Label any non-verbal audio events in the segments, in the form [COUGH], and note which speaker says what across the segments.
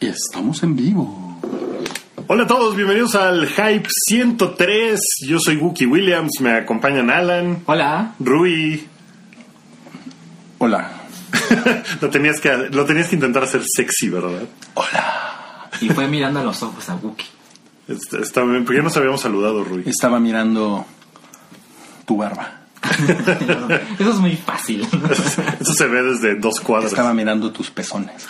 Speaker 1: Estamos en vivo.
Speaker 2: Hola a todos, bienvenidos al Hype 103. Yo soy Wookie Williams, me acompañan Alan,
Speaker 3: Hola.
Speaker 2: Rui.
Speaker 1: Hola.
Speaker 2: Lo tenías que, lo tenías que intentar hacer sexy, ¿verdad?
Speaker 3: Y fue mirando a los ojos a Wookie.
Speaker 2: Está, Este, está bien, porque ya nos habíamos saludado,
Speaker 1: [LAUGHS]
Speaker 2: Rui.
Speaker 1: Estaba mirando tu barba.
Speaker 3: Eso es muy fácil.
Speaker 2: Eso se ve desde dos cuadras.
Speaker 1: Estaba mirando tus pezones.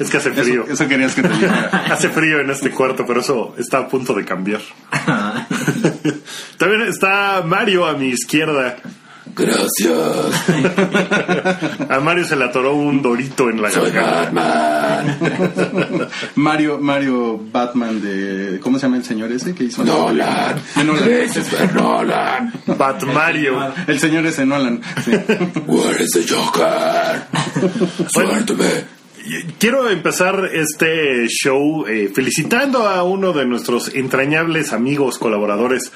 Speaker 2: Es que hace
Speaker 1: Eso,
Speaker 2: Ah, frío.
Speaker 1: eso querías que te
Speaker 2: [LAUGHS]
Speaker 1: dijera.
Speaker 2: Hace frío en este cuarto, pero eso está a punto de cambiar. [LAUGHS] También está Mario a mi izquierda.
Speaker 4: Gracias,
Speaker 2: A Mario se le atoró un dorito en la
Speaker 4: soy
Speaker 2: garganta.
Speaker 4: Batman.
Speaker 1: Mario, Mario Batman de. ¿Cómo se llama el señor ese que hizo?
Speaker 4: Nolan.
Speaker 1: De Nolan.
Speaker 4: Christopher Nolan.
Speaker 2: Bat Mario.
Speaker 1: El señor ese Nolan.
Speaker 2: [LAUGHS]
Speaker 1: Sí.
Speaker 4: Where is the Joker? Suéltame.
Speaker 2: Quiero empezar este show eh, felicitando a uno de nuestros entrañables amigos colaboradores,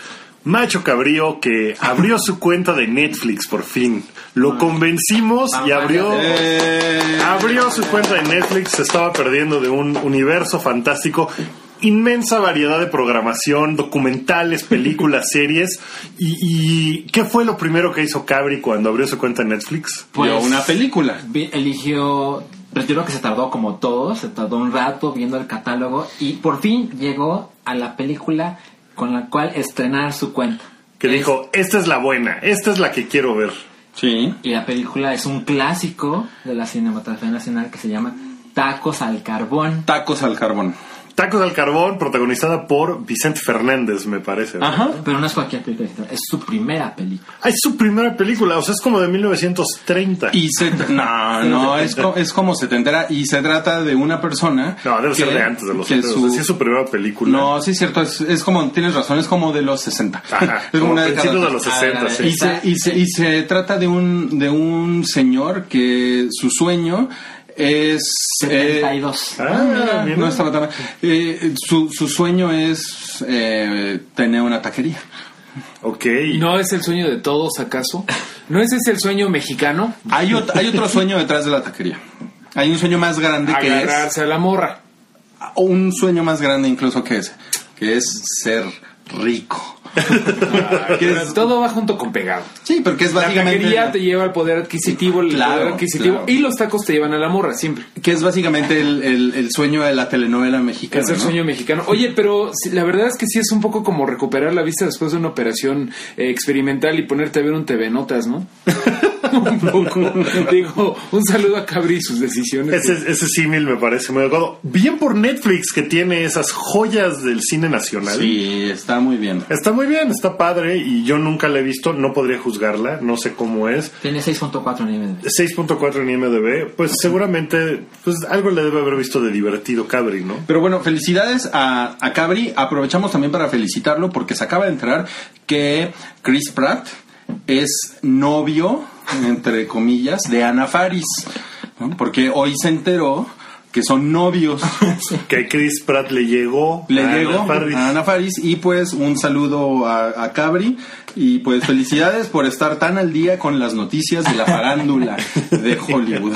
Speaker 2: Macho Cabrío, que abrió su cuenta de Netflix por fin. Lo convencimos y abrió,
Speaker 1: Eh,
Speaker 2: abrió su cuenta de Netflix, se estaba perdiendo de un universo fantástico. Inmensa variedad de programación, documentales, películas, series. Y, ¿Y qué fue lo primero que hizo Cabri cuando abrió su cuenta de Netflix?
Speaker 1: vio una película.
Speaker 3: vi- eligió. Retiro que se tardó como todos, se tardó un rato viendo el catálogo y por fin llegó a la película con la cual estrenar su cuenta.
Speaker 2: Que
Speaker 3: Es-
Speaker 2: dijo, esta es la buena, esta es la que quiero ver.
Speaker 1: Sí.
Speaker 3: Y la película es un clásico de la cinematografía nacional que se llama Tacos al Carbón.
Speaker 1: Tacos al carbón.
Speaker 2: Tacos al Carbón, protagonizada por Vicente Fernández, me parece. ¿verdad?
Speaker 1: Ajá.
Speaker 3: Pero no es cualquier película, es su primera película.
Speaker 2: Ah, Es su primera película, o sea, es como de 1930.
Speaker 1: Y se. No, no, es, co- es como se tendrá. Y se trata de una persona.
Speaker 2: no, debe ser
Speaker 1: que-
Speaker 2: de antes de los
Speaker 1: que
Speaker 2: 30.
Speaker 1: su-
Speaker 2: es su primera película.
Speaker 1: No, sí es cierto, es, es como, tienes razón, es como de los 60.
Speaker 2: Ajá,
Speaker 1: [LAUGHS] es
Speaker 2: como
Speaker 1: década
Speaker 2: principios de
Speaker 1: atrás.
Speaker 2: los 60,
Speaker 3: Ah,
Speaker 2: sí.
Speaker 1: Y se, y, se, y se trata de un, de un señor que su sueño es... eh,
Speaker 3: 72.
Speaker 2: Ah, mira, mira.
Speaker 1: no estaba tan mal. Eh, su, su sueño es eh, tener una taquería.
Speaker 2: Ok.
Speaker 5: ¿No es el sueño de todos, acaso? ¿No es ese el sueño mexicano?
Speaker 1: Hay, ot- hay otro sueño detrás de la taquería. Hay un sueño más grande que es...
Speaker 5: Agarrarse a la morra.
Speaker 1: o Un sueño más grande incluso que ese, que es ser
Speaker 2: [LAUGHS]
Speaker 1: rico. Que es-
Speaker 5: Pero todo va junto con pegado.
Speaker 1: sí, porque es
Speaker 5: La
Speaker 1: básicamente...
Speaker 5: taquería te lleva al poder adquisitivo, el
Speaker 1: Claro,
Speaker 5: poder adquisitivo,
Speaker 1: claro.
Speaker 5: y los tacos te llevan a la morra, siempre.
Speaker 1: Que es básicamente el, el- el sueño de la telenovela mexicana.
Speaker 5: Es el
Speaker 1: ¿no?
Speaker 5: sueño mexicano. Oye, pero sí, la verdad es que sí es un poco como recuperar la vista después de una operación eh, experimental y ponerte a ver un TV Notas, ¿no? un poco. Digo, un saludo a Cabri y sus decisiones.
Speaker 2: Ese, ese símil me parece muy adecuado. Bien por Netflix que tiene esas joyas del cine nacional.
Speaker 1: Sí, está muy bien.
Speaker 2: Está muy bien, está padre y yo nunca la he visto, no podría juzgarla, no sé cómo es.
Speaker 3: Tiene 6.4 en IMDb.
Speaker 2: 6.4 en IMDb, pues seguramente pues algo le debe haber visto de divertido Cabri, ¿no?
Speaker 1: Pero bueno, felicidades a, a Cabri. Aprovechamos también para felicitarlo porque se acaba de enterar que Chris Pratt es novio, entre comillas, de Ana Faris. ¿no? Porque hoy se enteró que son
Speaker 5: [LAUGHS]
Speaker 1: novios.
Speaker 2: Que a Chris Pratt le llegó.
Speaker 1: Le
Speaker 2: a Ana
Speaker 1: llegó
Speaker 2: Faris.
Speaker 1: a Ana Faris y pues un saludo a, a Cabri. Y pues felicidades por estar tan al día con las noticias
Speaker 2: [LAUGHS]
Speaker 1: de la farándula de Hollywood.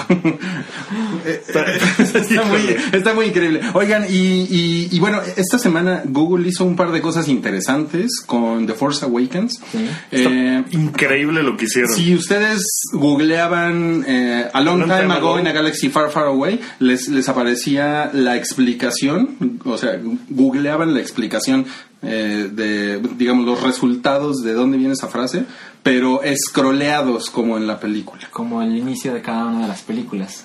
Speaker 1: Está muy, está muy increíble. Oigan, y, y- y bueno, esta semana Google hizo un par de cosas interesantes con The Force Awakens.
Speaker 3: Sí.
Speaker 1: Eh,
Speaker 2: [LAUGHS] Increíble lo que hicieron.
Speaker 1: si ustedes googleaban eh, A Long Time Ago in a Galaxy Far Far Away, les, les aparecía la explicación, o sea, googleaban la explicación eh, de, digamos, los resultados de dónde viene esa frase, pero escroleados como en la película.
Speaker 3: como el inicio de cada una de las películas,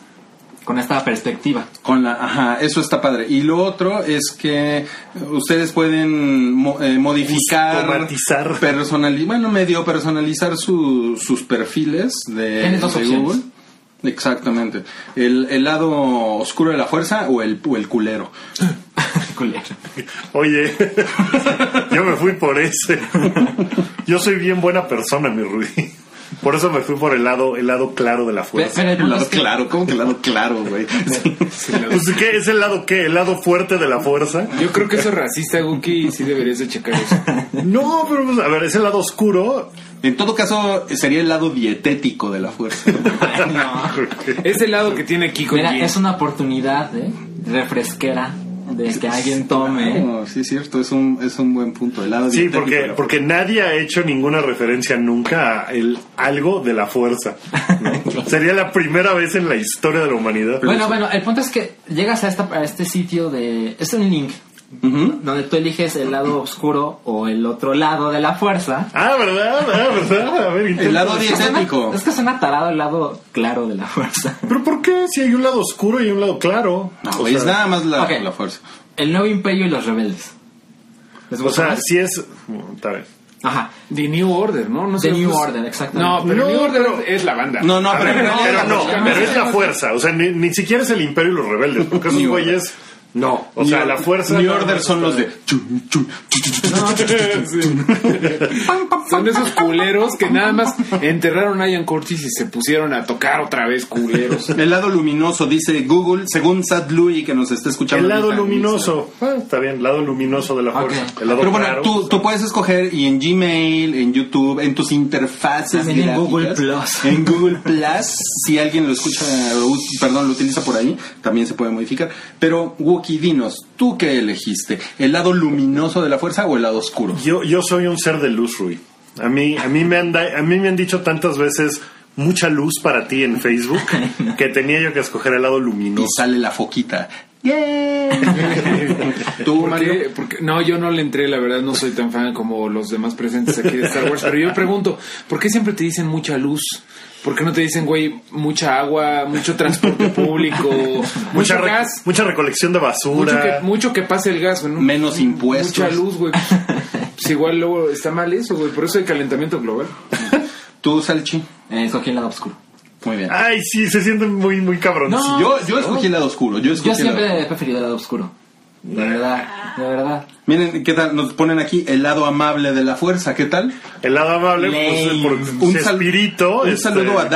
Speaker 3: con esta perspectiva.
Speaker 1: Con la, ajá, eso está padre. Y lo otro es que ustedes pueden mo- eh, modificar,
Speaker 2: Automatizar.
Speaker 1: personali- bueno, medio personalizar su- sus perfiles de,
Speaker 3: Tienes dos
Speaker 1: de
Speaker 3: opciones.
Speaker 1: Google. Exactamente. El, el lado oscuro de la fuerza o el, o el culero.
Speaker 3: Culero.
Speaker 2: Oye, [LAUGHS] yo me fui por ese. [LAUGHS] Yo soy bien buena persona, mi Rudy. Por eso me fui por el lado, el lado claro de la
Speaker 3: Pero,
Speaker 2: fuerza.
Speaker 3: pero el
Speaker 1: El
Speaker 3: punto
Speaker 1: lado
Speaker 3: es que
Speaker 1: claro, ¿cómo que el lado claro,
Speaker 3: [LAUGHS]
Speaker 1: güey? Sí.
Speaker 2: Pues, ¿qué? ¿Es el lado qué? ¿El lado fuerte de la fuerza?
Speaker 5: Yo creo que eso es racista, Guki, y sí deberías de checar eso.
Speaker 2: No, pero pues, a ver, es el lado oscuro.
Speaker 1: En todo caso, sería el lado dietético
Speaker 3: [LAUGHS]
Speaker 1: de la fuerza.
Speaker 3: no.
Speaker 5: Es el lado que tiene Kiko.
Speaker 3: Mira,
Speaker 5: Yen.
Speaker 3: es una oportunidad ¿eh? refresquera de que alguien tome.
Speaker 1: No, sí, es cierto, es un, es un buen punto. El lado
Speaker 2: Sí,
Speaker 1: bien
Speaker 2: porque,
Speaker 1: técnico.
Speaker 2: porque nadie ha hecho ninguna referencia nunca a el algo de la fuerza.
Speaker 1: [LAUGHS]
Speaker 2: ¿no? Sería la primera vez en la historia de la humanidad.
Speaker 3: Bueno, bueno, el punto es que llegas a, esta, a este sitio de... Es un link
Speaker 1: Ujú.
Speaker 3: donde tú eliges el lado oscuro o el otro lado de la fuerza.
Speaker 2: Ah, ¿verdad? Ah, ¿verdad? A ver, intenta.
Speaker 1: El lado
Speaker 3: Es que suena-
Speaker 1: dietético.
Speaker 3: Es que suena tarado el lado claro de la fuerza.
Speaker 2: ¿Pero por qué? Si hay un lado oscuro y un lado claro.
Speaker 1: No,
Speaker 2: O
Speaker 1: güey, es
Speaker 2: sea,
Speaker 1: nada más la,
Speaker 3: Ok.
Speaker 1: la fuerza.
Speaker 3: El nuevo imperio y los rebeldes. ¿Les
Speaker 2: O
Speaker 3: gusta
Speaker 2: sea,
Speaker 3: más?
Speaker 2: si es... mm, bueno, está bien.
Speaker 3: Ajá.
Speaker 5: The New Order, ¿no? no
Speaker 3: The
Speaker 5: sé,
Speaker 3: New
Speaker 5: pues-
Speaker 3: Order, exactamente.
Speaker 5: No, pero
Speaker 2: No,
Speaker 5: New Order
Speaker 2: pero-
Speaker 5: es la banda.
Speaker 1: No, no,
Speaker 2: A
Speaker 1: pero,
Speaker 2: ver,
Speaker 3: no,
Speaker 2: pero no,
Speaker 3: no,
Speaker 2: pero
Speaker 3: no,
Speaker 2: es la fuerza. O sea, ni, ni siquiera es el imperio y los rebeldes, porque esos
Speaker 1: Ni
Speaker 2: güeyes... No, o sea, la fuerza...
Speaker 1: New
Speaker 2: no-
Speaker 1: Order son los de. chun, chun,
Speaker 5: Son esos culeros que nada más enterraron a Ian Curtis y se pusieron a tocar otra vez
Speaker 1: [LAUGHS]
Speaker 5: culeros.
Speaker 1: El lado luminoso, dice Google, según Sad Louis que nos está escuchando.
Speaker 2: El lado
Speaker 1: ahorita en
Speaker 2: luminoso. Ah, está bien, lado luminoso de la
Speaker 3: Ok.
Speaker 2: fuerza. El lado
Speaker 1: Pero bueno,
Speaker 2: claro.
Speaker 1: tú, tú puedes escoger y en Gmail, en YouTube, en tus interfaces
Speaker 3: También en
Speaker 1: gráficas,
Speaker 3: Google Plus.
Speaker 1: En Google Plus, si alguien lo escucha, lo us- perdón, lo utiliza por ahí, también se puede modificar. Pero, Wookie, dinos, ¿tú qué elegiste? ¿El lado luminoso de la fuerza o el lado oscuro?
Speaker 2: Yo, yo soy un ser de luz, Rui. A mí, a mí me han, da- a mí me han dicho tantas veces mucha luz para ti en Facebook
Speaker 1: [LAUGHS]
Speaker 2: que tenía yo que escoger el lado
Speaker 1: Y
Speaker 2: luminoso.
Speaker 1: sale la foquita.
Speaker 2: [LAUGHS]
Speaker 1: ¡Yay! ¿Tú,
Speaker 5: ¿Por
Speaker 1: Mario?
Speaker 5: qué? Porque- no, yo no le entré, la verdad no soy tan fan como los demás presentes aquí de Star Wars, pero yo pregunto, ¿por qué siempre te dicen mucha luz? ¿Por qué no te dicen, güey, mucha agua, mucho transporte público, mucho
Speaker 2: Mucha, re-
Speaker 5: gas?
Speaker 2: mucha recolección de basura.
Speaker 5: Mucho que, mucho que pase el gas, güey, ¿no?
Speaker 1: Menos impuestos.
Speaker 5: Mucha luz, güey. Pues igual luego está mal eso, güey. Por eso el calentamiento global.
Speaker 1: ¿Tú, Salchi?
Speaker 3: Eh, escogí el lado oscuro.
Speaker 1: Muy bien.
Speaker 2: Ay, sí, se sienten muy, muy cabrones.
Speaker 3: No,
Speaker 1: Yo, yo escogí el lado oscuro. Yo, escogí
Speaker 3: Yo
Speaker 1: el lado-
Speaker 3: siempre he preferido el lado oscuro. De verdad, de verdad.
Speaker 1: Miren, ¿qué tal? Nos ponen aquí el lado amable de la fuerza. ¿Qué tal?
Speaker 2: El lado amable, pues, por
Speaker 1: Un, sal-
Speaker 2: Chespirito,
Speaker 1: un
Speaker 2: este,
Speaker 1: saludo a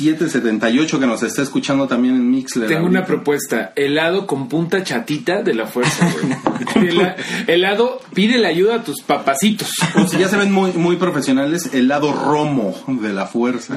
Speaker 1: Dani2778 que nos está escuchando también en Mixler.
Speaker 5: Tengo
Speaker 1: ahorita.
Speaker 5: una propuesta. Helado con punta chatita de la fuerza, güey. Hela- helado, pide la ayuda a tus papacitos.
Speaker 1: O si ya se ven muy, muy profesionales, el lado romo de la fuerza.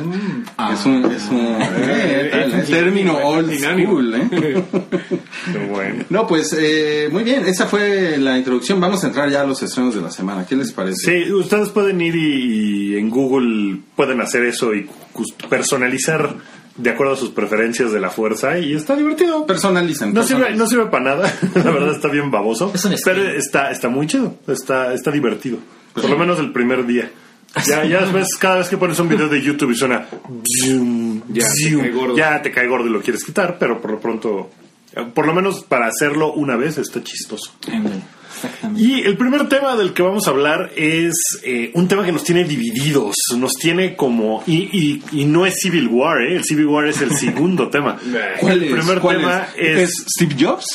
Speaker 1: Es un, es un eh, tal, eh, término old
Speaker 5: Sinónimo.
Speaker 1: school. ¿eh?
Speaker 2: Pero bueno.
Speaker 1: No, pues eh, muy bien, esa fue la introducción. Vamos a entrar ya a los estrenos de la semana. ¿Qué les parece?
Speaker 2: Sí, ustedes pueden ir y, y en Google pueden hacer eso y cus- personalizar de acuerdo a sus preferencias de la fuerza y está divertido.
Speaker 1: Personalicen.
Speaker 2: No sirve,
Speaker 1: personalicen.
Speaker 2: no sirve para nada, [LAUGHS] la verdad está bien baboso,
Speaker 3: Es un
Speaker 2: pero
Speaker 3: estilo.
Speaker 2: está, está muy chido, está, está divertido, por lo menos el primer día. Ya, ya ves, cada vez que pones un video de YouTube y suena zoom,
Speaker 5: Ya, te
Speaker 2: zoom,
Speaker 5: cae gordo.
Speaker 2: ya te cae gordo y lo quieres quitar, pero por lo pronto, eh, por lo menos para hacerlo una vez está chistoso.
Speaker 3: Exactamente.
Speaker 2: Y el primer tema del que vamos a hablar es eh, un tema que nos tiene divididos, nos tiene como... Y, y- y no es Civil War, ¿eh? El Civil War es el segundo tema.
Speaker 1: ¿Cuál
Speaker 2: el
Speaker 1: es?
Speaker 2: primer
Speaker 1: ¿Cuál
Speaker 2: tema
Speaker 1: es?
Speaker 2: es...
Speaker 1: ¿Es Steve Jobs?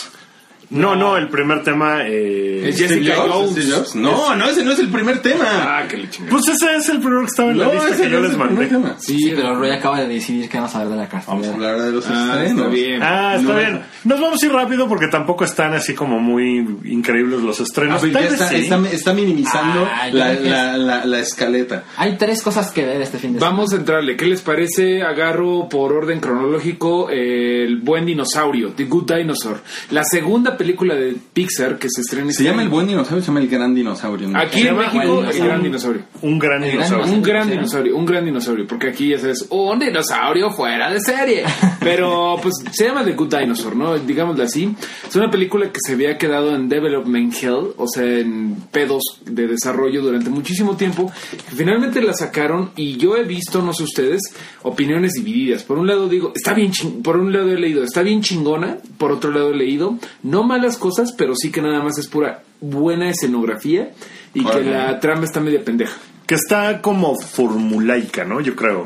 Speaker 2: No, no, el primer tema... eh,
Speaker 5: Es Jessica
Speaker 1: ¿Steve Jobs?
Speaker 5: Jones.
Speaker 1: ¿Steve Jobs? No, no, ese no es el primer tema.
Speaker 5: Ah, que le chingada.
Speaker 2: pues ese es el primero que estaba en la
Speaker 1: No,
Speaker 2: lista
Speaker 1: ese
Speaker 2: que yo
Speaker 1: no es
Speaker 2: les
Speaker 1: el primer
Speaker 2: mandé.
Speaker 1: tema.
Speaker 3: Sí, pero Roy acaba de decidir que vamos a hablar de la
Speaker 1: Vamos a
Speaker 3: cartelera.
Speaker 1: hablar de los
Speaker 5: Ah,
Speaker 1: estrenos.
Speaker 5: está bien.
Speaker 2: Ah, está
Speaker 1: No.
Speaker 2: bien. Nos vamos a ir rápido porque tampoco están así como muy increíbles los
Speaker 1: Ah,
Speaker 2: estrenos.
Speaker 1: pero
Speaker 2: Tal
Speaker 1: ya
Speaker 2: vez
Speaker 1: está,
Speaker 2: sí.
Speaker 1: está- está minimizando
Speaker 3: Ah, ya
Speaker 1: la,
Speaker 3: ves.
Speaker 1: la- la- la escaleta.
Speaker 3: Hay tres cosas que ver este fin de semana.
Speaker 5: Vamos a entrarle. ¿Qué les parece? Agarro por orden cronológico eh, El Buen Dinosaurio, The Good Dinosaur. La segunda película de Pixar que se estrena.
Speaker 1: Se
Speaker 5: este
Speaker 1: llama el
Speaker 5: año.
Speaker 1: buen dinosaurio, se llama el gran dinosaurio. ¿no?
Speaker 3: Se
Speaker 5: Aquí en
Speaker 3: llama
Speaker 5: México,
Speaker 3: Buen
Speaker 5: El
Speaker 3: Dinosaurio.
Speaker 5: Gran Dinosaurio.
Speaker 2: Un gran
Speaker 3: El gran
Speaker 2: dinosaurio.
Speaker 5: Un gran
Speaker 3: Sí.
Speaker 5: dinosaurio, un gran dinosaurio, porque aquí ya sabes, un dinosaurio fuera de serie. Pero pues se llama The Good Dinosaur, ¿no? Digámoslo así. Es una película que se había quedado en Development Hell, o sea, en pedos de desarrollo durante muchísimo tiempo. Finalmente la sacaron y yo he visto, no sé ustedes, opiniones divididas. Por un lado digo, está bien, chin- por un lado he leído, está bien chingona, por otro lado he leído, no malas cosas, pero sí que nada más es pura buena escenografía y que
Speaker 1: Órale.
Speaker 5: la trama está media pendeja.
Speaker 2: Que está como formulaica, ¿no? Yo creo.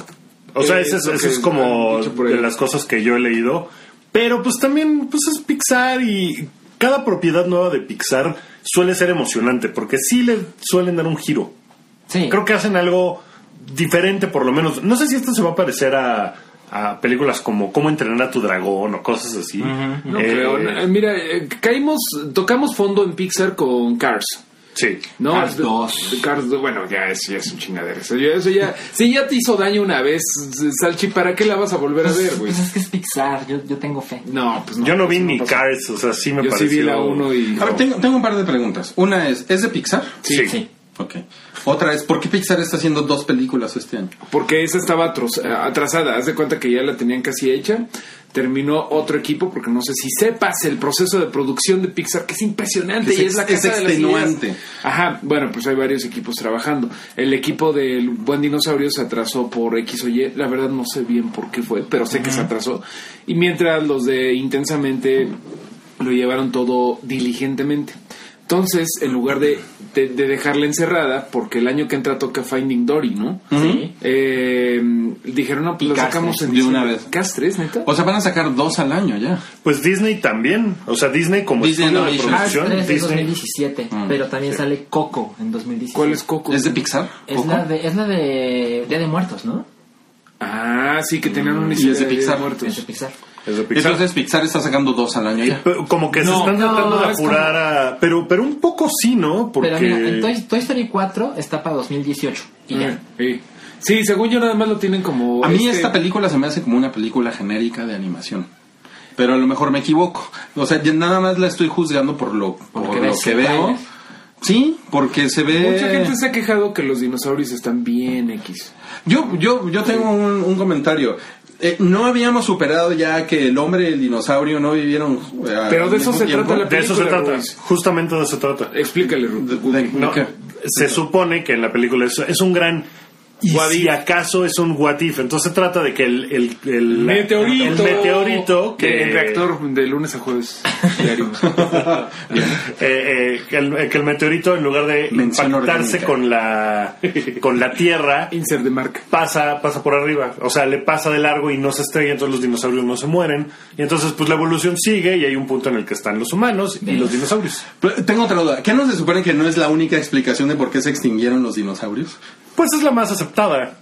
Speaker 2: O
Speaker 5: Eh,
Speaker 2: sea, ese
Speaker 5: es
Speaker 2: es,
Speaker 5: lo
Speaker 2: ese
Speaker 5: que
Speaker 2: es como
Speaker 5: han dicho por ahí.
Speaker 2: de las cosas que yo he leído. Pero pues también, pues es Pixar y cada propiedad nueva de Pixar suele ser emocionante porque sí le suelen dar un giro.
Speaker 3: Sí.
Speaker 2: Creo que hacen algo diferente por lo menos. No sé si esto se va a parecer a, a películas como Cómo entrenar a tu dragón o cosas así.
Speaker 5: No
Speaker 2: Eh,
Speaker 5: creo. Eh, Mira, eh, caímos, tocamos fondo en Pixar con Cars.
Speaker 2: Sí.
Speaker 5: No,
Speaker 3: Cars
Speaker 5: es-
Speaker 3: dos.
Speaker 5: Cars dos, bueno, ya es, ya es un chingadero. Eso ya, eso ya- si ya te hizo daño una vez, Salchi, ¿para qué la vas a volver a ver, güey?
Speaker 3: Pues es que es Pixar, yo, yo tengo fe.
Speaker 5: No, pues no.
Speaker 2: Yo no vi
Speaker 5: pues
Speaker 2: ni
Speaker 5: pasa.
Speaker 2: Cars, o sea, sí me
Speaker 5: Yo sí
Speaker 2: pareció.
Speaker 5: vi la 1 y.
Speaker 1: A ver, tengo, tengo un par de preguntas. Una es, ¿es de Pixar?
Speaker 2: Sí.
Speaker 3: Sí.
Speaker 1: Ok. Otra es, ¿por qué Pixar está haciendo dos películas este año?
Speaker 5: Porque esa estaba atros- atrasada. Haz de cuenta que ya la tenían casi hecha. Terminó otro equipo, porque no sé si sepas el proceso de producción de Pixar, que es impresionante
Speaker 1: Es
Speaker 5: y
Speaker 1: ex-
Speaker 5: es la
Speaker 1: es
Speaker 5: casa de las
Speaker 1: extenuante.
Speaker 5: ideas. Ajá, bueno, pues hay varios equipos trabajando. El equipo del Buen Dinosaurio se atrasó por X o Y. La verdad no sé bien por qué fue, pero sé que se atrasó. Y mientras los de Intensamente lo llevaron todo diligentemente. Entonces, en lugar de, de- de dejarla encerrada, porque el año que entra toca Finding Dory, ¿no?
Speaker 3: Sí.
Speaker 5: Eh, dijeron, no, pues
Speaker 3: Y
Speaker 5: lo
Speaker 3: Cars
Speaker 5: sacamos
Speaker 3: tres,
Speaker 5: en
Speaker 1: de una
Speaker 5: diciembre.
Speaker 1: vez.
Speaker 5: ¿Cars tres, neta?
Speaker 1: O sea, van a sacar dos al año ya.
Speaker 2: Pues Disney también. O sea, Disney como
Speaker 1: Disney
Speaker 2: estudio de
Speaker 1: Animation.
Speaker 3: Cars
Speaker 2: producción.
Speaker 3: 3 Ah, es
Speaker 2: Disney.
Speaker 3: 2017, pero también sale Coco en 2017.
Speaker 5: ¿Cuál es Coco?
Speaker 1: ¿Es de Pixar?
Speaker 3: Es
Speaker 1: Coco?
Speaker 3: la de, es la de Día de Muertos, ¿no?
Speaker 5: Ah, sí, que tenían una
Speaker 1: Mm, Y
Speaker 5: historia
Speaker 1: es de Pixar.
Speaker 5: muertos.
Speaker 3: Es de Pixar.
Speaker 2: Es de Pixar.
Speaker 1: Entonces Pixar está sacando dos al año ya.
Speaker 2: Pero Como que se
Speaker 5: No,
Speaker 2: están
Speaker 3: no,
Speaker 2: tratando de
Speaker 3: es
Speaker 2: apurar a. Pero, pero un poco sí, ¿no? Porque.
Speaker 3: Pero mira, el Toy, Toy Story 4 está para 2018. Y ya.
Speaker 5: Sí. Sí, según yo nada más lo tienen como...
Speaker 1: A mí
Speaker 5: este-
Speaker 1: esta película se me hace como una película genérica de animación. Pero a lo mejor me equivoco. O sea, yo nada más la estoy juzgando por lo, por
Speaker 3: Porque
Speaker 1: lo
Speaker 3: ves
Speaker 1: que
Speaker 3: el
Speaker 1: veo.
Speaker 3: tráiler.
Speaker 1: Sí, porque se ve...
Speaker 5: Mucha gente se ha quejado que los dinosaurios están bien X.
Speaker 1: Yo, yo, yo tengo un, un comentario. Eh, no habíamos superado ya que el hombre y el dinosaurio no vivieron... eh, al
Speaker 5: Pero de eso
Speaker 1: mismo
Speaker 5: se trata la
Speaker 2: De eso se
Speaker 5: película,
Speaker 2: trata.
Speaker 5: Ruiz.
Speaker 2: Justamente de eso se trata.
Speaker 5: Explícale, Ru.
Speaker 1: De- de-
Speaker 2: No,
Speaker 1: ¿qué?
Speaker 2: se supone que en la película es, es un gran y
Speaker 5: What
Speaker 2: si
Speaker 5: if.
Speaker 2: acaso es un what if. Entonces se trata de que el, el, el-
Speaker 5: Meteorito.
Speaker 2: el meteorito que
Speaker 5: El reactor de lunes a
Speaker 2: [LAUGHS]
Speaker 5: jueves. diario.
Speaker 2: eh, eh, que, el, que el meteorito en lugar de
Speaker 1: Mención
Speaker 2: impactarse
Speaker 1: orgánica.
Speaker 2: con la con la tierra
Speaker 5: Insert de marca.
Speaker 2: pasa pasa por arriba, o sea, le pasa de largo y no se estrella, entonces los dinosaurios no se mueren y entonces pues la evolución sigue y hay un punto en el que están los humanos y los dinosaurios.
Speaker 1: Pero tengo otra duda. ¿Qué no se supone que no es la única explicación de por qué se extinguieron los dinosaurios?
Speaker 2: Pues es la más aceptada.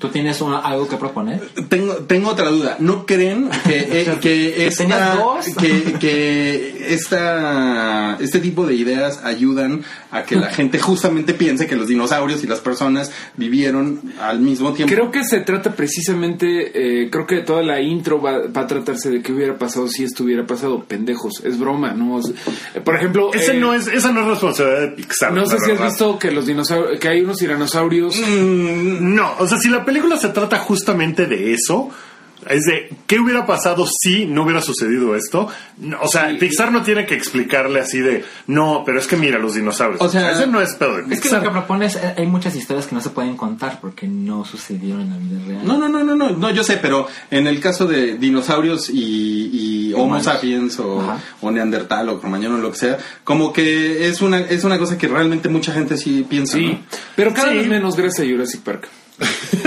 Speaker 3: ¿Tú tienes una- algo que proponer?
Speaker 1: Tengo, tengo otra duda. ¿No creen que, eh, que,
Speaker 3: tenías
Speaker 1: esta,
Speaker 3: dos?
Speaker 1: que, que esta, este tipo de ideas ayudan a que la gente justamente piense que los dinosaurios y las personas vivieron al mismo tiempo?
Speaker 5: Creo que se trata precisamente, eh, creo que toda la intro va, va a tratarse de qué hubiera pasado si esto hubiera pasado, pendejos, es broma, ¿no? O sea, eh, por ejemplo,
Speaker 2: Ese
Speaker 5: eh,
Speaker 2: no es esa no es responsabilidad de Pixar.
Speaker 5: no sé
Speaker 2: la
Speaker 5: si has
Speaker 2: verdad.
Speaker 5: visto que los dinosaurios, que hay unos tiranosaurios,
Speaker 2: Mm, No, o sea, si la película se trata justamente de eso, es de qué hubiera pasado si no hubiera sucedido esto. No, O sea, Pixar no tiene que explicarle así de no, pero es que mira los dinosaurios.
Speaker 1: O sea,
Speaker 2: ese no es pedo de
Speaker 3: Es que lo
Speaker 2: Pixar.
Speaker 3: que propones, eh, hay muchas historias que no se pueden contar porque no sucedieron en la vida real.
Speaker 1: No, no, no, no, no, no, yo sé, pero en el caso de dinosaurios y, y Homo
Speaker 3: Humanos.
Speaker 1: sapiens o,
Speaker 3: Ajá.
Speaker 1: o Neandertal o Cromañón o lo que sea, como que es una, es una cosa que realmente mucha gente sí piensa.
Speaker 5: sí,
Speaker 1: ¿no?
Speaker 5: pero cada
Speaker 2: Sí.
Speaker 5: vez menos gracias a
Speaker 3: [LAUGHS]
Speaker 5: Jurassic Park.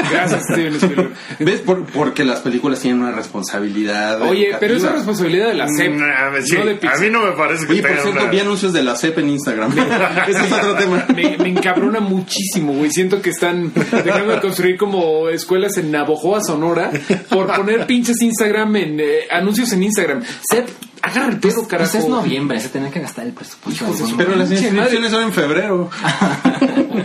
Speaker 5: Gracias, Steven Spielberg.
Speaker 1: ¿Ves? Por- porque las películas tienen una responsabilidad.
Speaker 5: Oye, pero es
Speaker 1: educativa.
Speaker 5: la responsabilidad de la CEP,
Speaker 2: Mm, sí,
Speaker 5: no de
Speaker 2: a
Speaker 5: Pixar.
Speaker 2: mí no me parece que
Speaker 1: Oye, por
Speaker 2: tengan
Speaker 1: cierto,
Speaker 2: una-
Speaker 1: vi anuncios de la CEP en
Speaker 2: [LAUGHS]
Speaker 1: Instagram. Ese es otro tema.
Speaker 5: Me, me encabrona muchísimo, güey. Siento que están dejando de construir como escuelas en Navojoa, Sonora, por poner pinches Instagram en eh, anuncios en Instagram. Seth, agarra el
Speaker 3: Pues-
Speaker 5: pedo,
Speaker 3: pues
Speaker 5: carajo.
Speaker 3: es noviembre, se tenía que gastar el presupuesto. de
Speaker 5: Hijos de
Speaker 3: algún
Speaker 5: su-
Speaker 1: Pero las
Speaker 5: Pinche
Speaker 1: inscripciones son en febrero.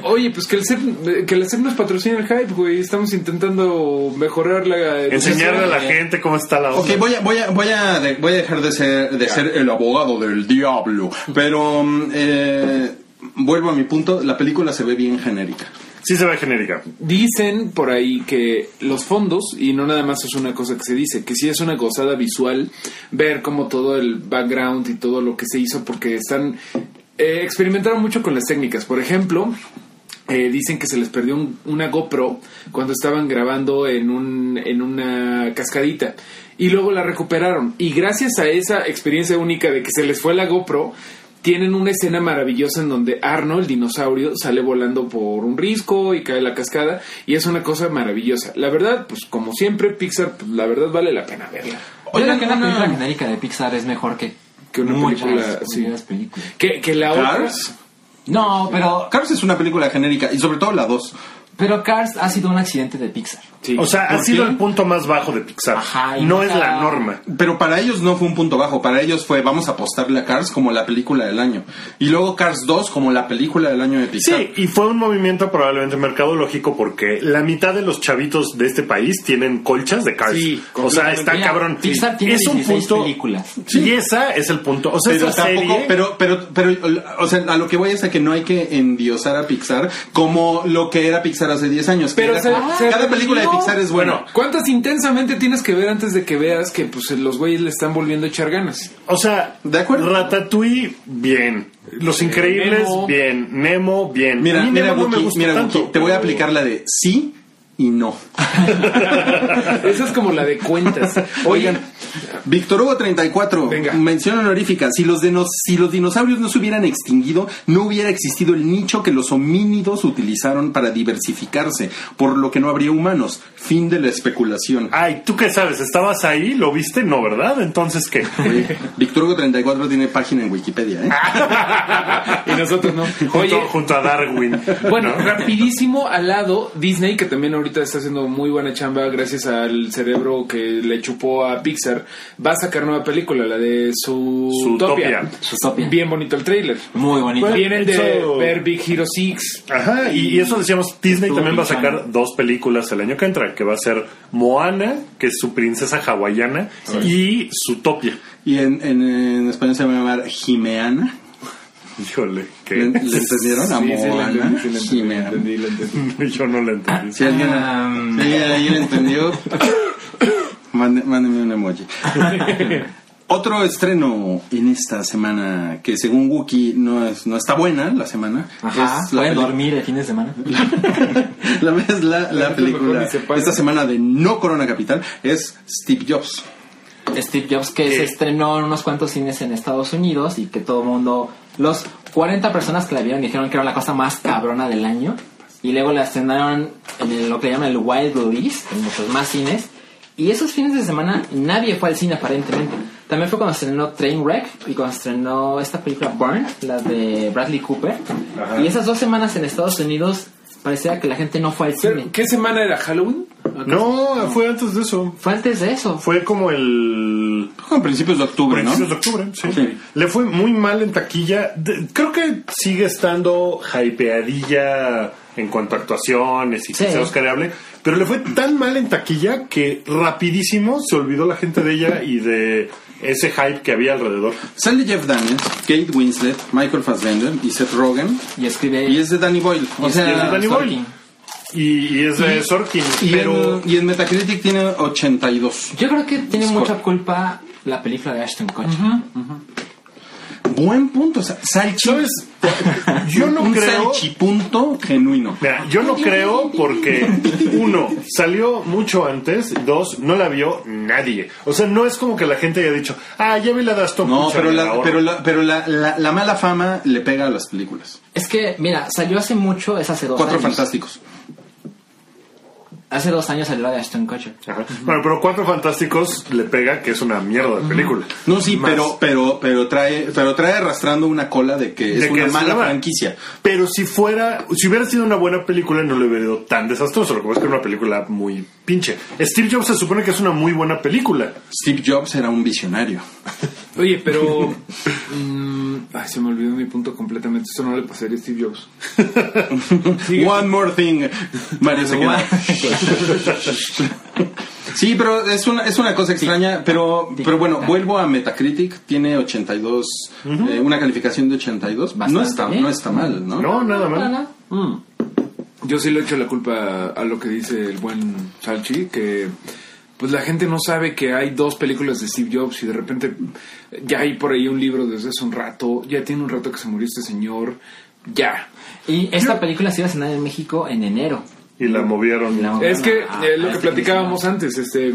Speaker 5: Oye, pues que el CEP, que la CEP nos patrocine el hype, güey. Estamos intentando mejorar la educación.
Speaker 2: enseñarle a la gente cómo está la
Speaker 1: Ok,
Speaker 2: onda.
Speaker 1: voy a, voy a, voy a, de- voy a dejar de ser, de ser el abogado del diablo. Pero mm, eh, vuelvo a mi punto, la película se ve bien genérica.
Speaker 2: Sí se ve genérica.
Speaker 5: Dicen por ahí que los fondos, y no nada más es una cosa que se dice, que sí es una gozada visual ver como todo el background y todo lo que se hizo, porque están. eh, experimentaron mucho con las técnicas. Por ejemplo, eh, dicen que se les perdió un- una GoPro cuando estaban grabando en, un, en una cascadita. Y luego la recuperaron. Y gracias a esa experiencia única de que se les fue la GoPro, tienen una escena maravillosa en donde Arno, el dinosaurio, sale volando por un risco y cae a la cascada. Y es una cosa maravillosa. La verdad, pues como siempre, Pixar, pues, la verdad vale la pena verla.
Speaker 3: Yo creo que una película genérica de Pixar es mejor que,
Speaker 5: Que una
Speaker 3: muchas
Speaker 5: película, sí.
Speaker 3: primeras películas.
Speaker 5: Que, que la otra...
Speaker 1: Cars.
Speaker 3: No, pero
Speaker 1: Cars es una película genérica y sobre todo la 2.
Speaker 3: Pero Cars ha sido un accidente de Pixar.
Speaker 5: Sí.
Speaker 2: O sea, ha
Speaker 5: ¿Por
Speaker 2: sido
Speaker 5: qué?
Speaker 2: el punto más bajo de Pixar.
Speaker 3: Ajá, y
Speaker 2: no
Speaker 3: nunca-
Speaker 2: es la norma.
Speaker 1: Pero para ellos no fue un punto bajo, para ellos fue vamos a apostarle a Cars como la película del año. Y luego Cars 2 como la película del año de Pixar.
Speaker 2: Sí, y fue un movimiento probablemente mercadológico porque la mitad de los chavitos de este país tienen colchas de Cars.
Speaker 5: Sí,
Speaker 2: o sea, está
Speaker 3: Mira,
Speaker 2: cabrón.
Speaker 3: Pixar tiene
Speaker 2: es un
Speaker 3: 16
Speaker 2: punto.
Speaker 3: películas.
Speaker 2: Y esa es el punto. O sea,
Speaker 1: Pero
Speaker 2: esa
Speaker 1: tampoco,
Speaker 2: serie-
Speaker 1: pero, pero, pero, o sea, a lo que voy es a que no hay que endiosar a Pixar como lo que era Pixar hace 10 años. que
Speaker 5: Pero
Speaker 1: era-
Speaker 5: se- se
Speaker 1: cada película de
Speaker 5: revivió.
Speaker 1: Pixar es bueno.
Speaker 5: ¿Cuántas intensamente tienes que ver antes de que veas que pues los güeyes le están volviendo a echar [LAUGHS] ganas?
Speaker 2: O sea,
Speaker 1: De acuerdo.
Speaker 2: Ratatouille, bien. Los Increíbles,
Speaker 5: Nemo.
Speaker 2: bien. Nemo, bien. A
Speaker 1: Mira,
Speaker 2: mí
Speaker 1: mira,
Speaker 2: Nemo no me
Speaker 1: Buki,
Speaker 2: gusta
Speaker 1: mira,
Speaker 2: tanto,
Speaker 1: Buki, te voy a
Speaker 2: pero-
Speaker 1: aplicar la de sí y no.
Speaker 5: Esa es como la de [LAUGHS] cuentas. Oigan,
Speaker 1: Víctor Hugo 34,
Speaker 5: Venga.
Speaker 1: mención honorífica. Si los, deno- si los dinosaurios no se hubieran extinguido, no hubiera existido el nicho que los homínidos utilizaron para diversificarse, por lo que no habría humanos. Fin de la especulación.
Speaker 2: Ay, ¿tú qué sabes? ¿Estabas ahí? ¿Lo viste? No, ¿verdad? Entonces,
Speaker 1: [LAUGHS]
Speaker 2: ¿qué?
Speaker 1: Oye, Víctor Hugo 34 tiene página en Wikipedia, ¿eh?
Speaker 5: y nosotros [LAUGHS] no.
Speaker 2: junto, junto a Darwin.
Speaker 5: Bueno,
Speaker 2: ¿no?
Speaker 5: rapidísimo al lado Disney, que también ahorita está haciendo muy buena chamba gracias al cerebro que le chupó a Pixar, va a sacar nueva película, la de su
Speaker 2: Zootopia.
Speaker 3: Zootopia.
Speaker 5: Bien bonito el trailer.
Speaker 3: Muy bonito.
Speaker 2: Bueno,
Speaker 5: Vienen de
Speaker 2: eso-
Speaker 5: ver Big Hero 6.
Speaker 2: Ajá, y, y eso decíamos, Disney
Speaker 3: Estuvo
Speaker 2: también va a
Speaker 3: pinchando.
Speaker 2: sacar dos películas el año que entra, que va a ser Moana, que es su princesa hawaiana, y Zootopia.
Speaker 1: Y en, en, en español se va a llamar Jimeana.
Speaker 2: Híjole,
Speaker 1: ¿Le,
Speaker 2: que
Speaker 1: le entendieron? A
Speaker 5: Sí, sí, la
Speaker 1: Moana.
Speaker 5: entendí, sí, la entendí, la
Speaker 1: Jimeana.
Speaker 5: entendí, la
Speaker 2: [LAUGHS]
Speaker 5: entendí.
Speaker 2: yo no la entendí.
Speaker 1: Si alguien, si alguien ahí lo
Speaker 5: [LAUGHS]
Speaker 1: entendió, mande- mándeme un emoji. Otro estreno en esta semana que según Wookie no, es, no está buena la semana.
Speaker 3: Ajá,
Speaker 1: es la
Speaker 3: pueden
Speaker 1: peli-
Speaker 3: dormir el fin de semana.
Speaker 1: [LAUGHS] La, es la, la
Speaker 5: Mejor
Speaker 1: película
Speaker 5: ni se paga.
Speaker 1: esta semana de No Corona Capital es Steve Jobs.
Speaker 3: Steve Jobs que se estrenó en unos cuantos cines en Estados Unidos y que todo el mundo, los 40 personas que la vieron dijeron que era la cosa más cabrona del año y luego la estrenaron en el- lo que llaman el Wild Release en muchos más cines y esos fines de semana nadie fue al cine aparentemente. También fue cuando se estrenó Trainwreck y cuando se estrenó esta película Burn, la de Bradley Cooper. Y esas dos semanas en Estados Unidos parecía que la gente no fue al cine.
Speaker 5: Pero, ¿Qué semana era? ¿Halloween?
Speaker 2: No, fue antes de eso.
Speaker 3: Fue antes de eso.
Speaker 2: Fue como el
Speaker 1: A principios de octubre, ¿no?
Speaker 2: principios de octubre, sí.
Speaker 1: Ok.
Speaker 2: Le fue muy mal en taquilla. De- creo que sigue estando hypeadilla en cuanto a actuaciones y
Speaker 3: Sí.
Speaker 2: que sea oscareable, pero le fue tan mal en taquilla que rapidísimo se olvidó la gente de ella y de ese hype que había alrededor.
Speaker 1: Sale Jeff Daniels, Kate Winslet, Michael Fassbender y Seth Rogen.
Speaker 3: Y escribe...
Speaker 1: Y es de Danny Boyle. O
Speaker 3: y
Speaker 1: sea,
Speaker 2: es de Danny Boyle.
Speaker 3: Sorkin.
Speaker 2: Y, y es de Sorkin,
Speaker 1: Ah, Y,
Speaker 2: pero
Speaker 1: en, y en Metacritic tiene 82.
Speaker 3: Yo creo que tiene
Speaker 1: Score.
Speaker 3: mucha culpa la película de Ashton Kutcher.
Speaker 1: Buen punto. o sea, Salchi.
Speaker 2: ¿sabes? Yo no
Speaker 1: [LAUGHS] un
Speaker 2: creo
Speaker 1: salchipunto genuino.
Speaker 2: Mira, yo no creo porque, uno, salió mucho antes, y dos, no la vio nadie. O sea, no es como que la gente haya dicho, ah, ya vi la de Aston
Speaker 1: No,
Speaker 2: Kutcher,
Speaker 1: pero,
Speaker 2: me
Speaker 1: la,
Speaker 2: ahorro".
Speaker 1: pero, la, pero la, la- la mala fama le pega a las películas.
Speaker 3: Es que, mira, salió hace mucho, es hace dos
Speaker 1: Cuatro
Speaker 3: años.
Speaker 1: fantásticos.
Speaker 3: Hace dos años salió la de Ashton Kutcher.
Speaker 2: Ajá. Bueno, pero Cuatro Fantásticos le pega que es una mierda de película.
Speaker 1: No, sí,
Speaker 2: Más.
Speaker 1: pero, pero, pero trae, pero trae arrastrando una cola de que
Speaker 2: De
Speaker 1: es
Speaker 2: que
Speaker 1: una
Speaker 2: es
Speaker 1: mala
Speaker 2: una-
Speaker 1: franquicia.
Speaker 2: Pero si fuera, si hubiera sido una buena película, no le hubiera ido tan desastroso. Lo que pasa es que era una película muy pinche. Steve Jobs se supone que es una muy buena película.
Speaker 1: Steve Jobs era un visionario.
Speaker 5: Oye, pero... [LAUGHS] mm, ay, se me olvidó mi punto completamente. Eso no le pasaría a Steve Jobs. Sigue.
Speaker 1: One more thing. Mario se queda. [LAUGHS] Sí, pero es una, es una cosa extraña, pero, pero bueno, vuelvo a Metacritic, tiene 82, eh, una calificación de 82. no
Speaker 3: Bastante
Speaker 1: está,
Speaker 3: bien.
Speaker 1: no está mal, ¿no?
Speaker 2: No, nada
Speaker 3: No,
Speaker 2: más.
Speaker 3: no.
Speaker 5: Mm. Yo sí le echo la culpa a lo que dice el buen Salchi, que pues la gente no sabe que hay dos películas de Steve Jobs y de repente ya hay por ahí un libro desde hace un rato, ya tiene un rato que se murió este señor, ya.
Speaker 3: Y esta película se iba a cenar en México en enero.
Speaker 2: Y la movieron.
Speaker 3: La-
Speaker 5: Es que
Speaker 3: a-
Speaker 5: eh, lo
Speaker 3: a
Speaker 5: que
Speaker 3: este
Speaker 5: platicábamos antes, este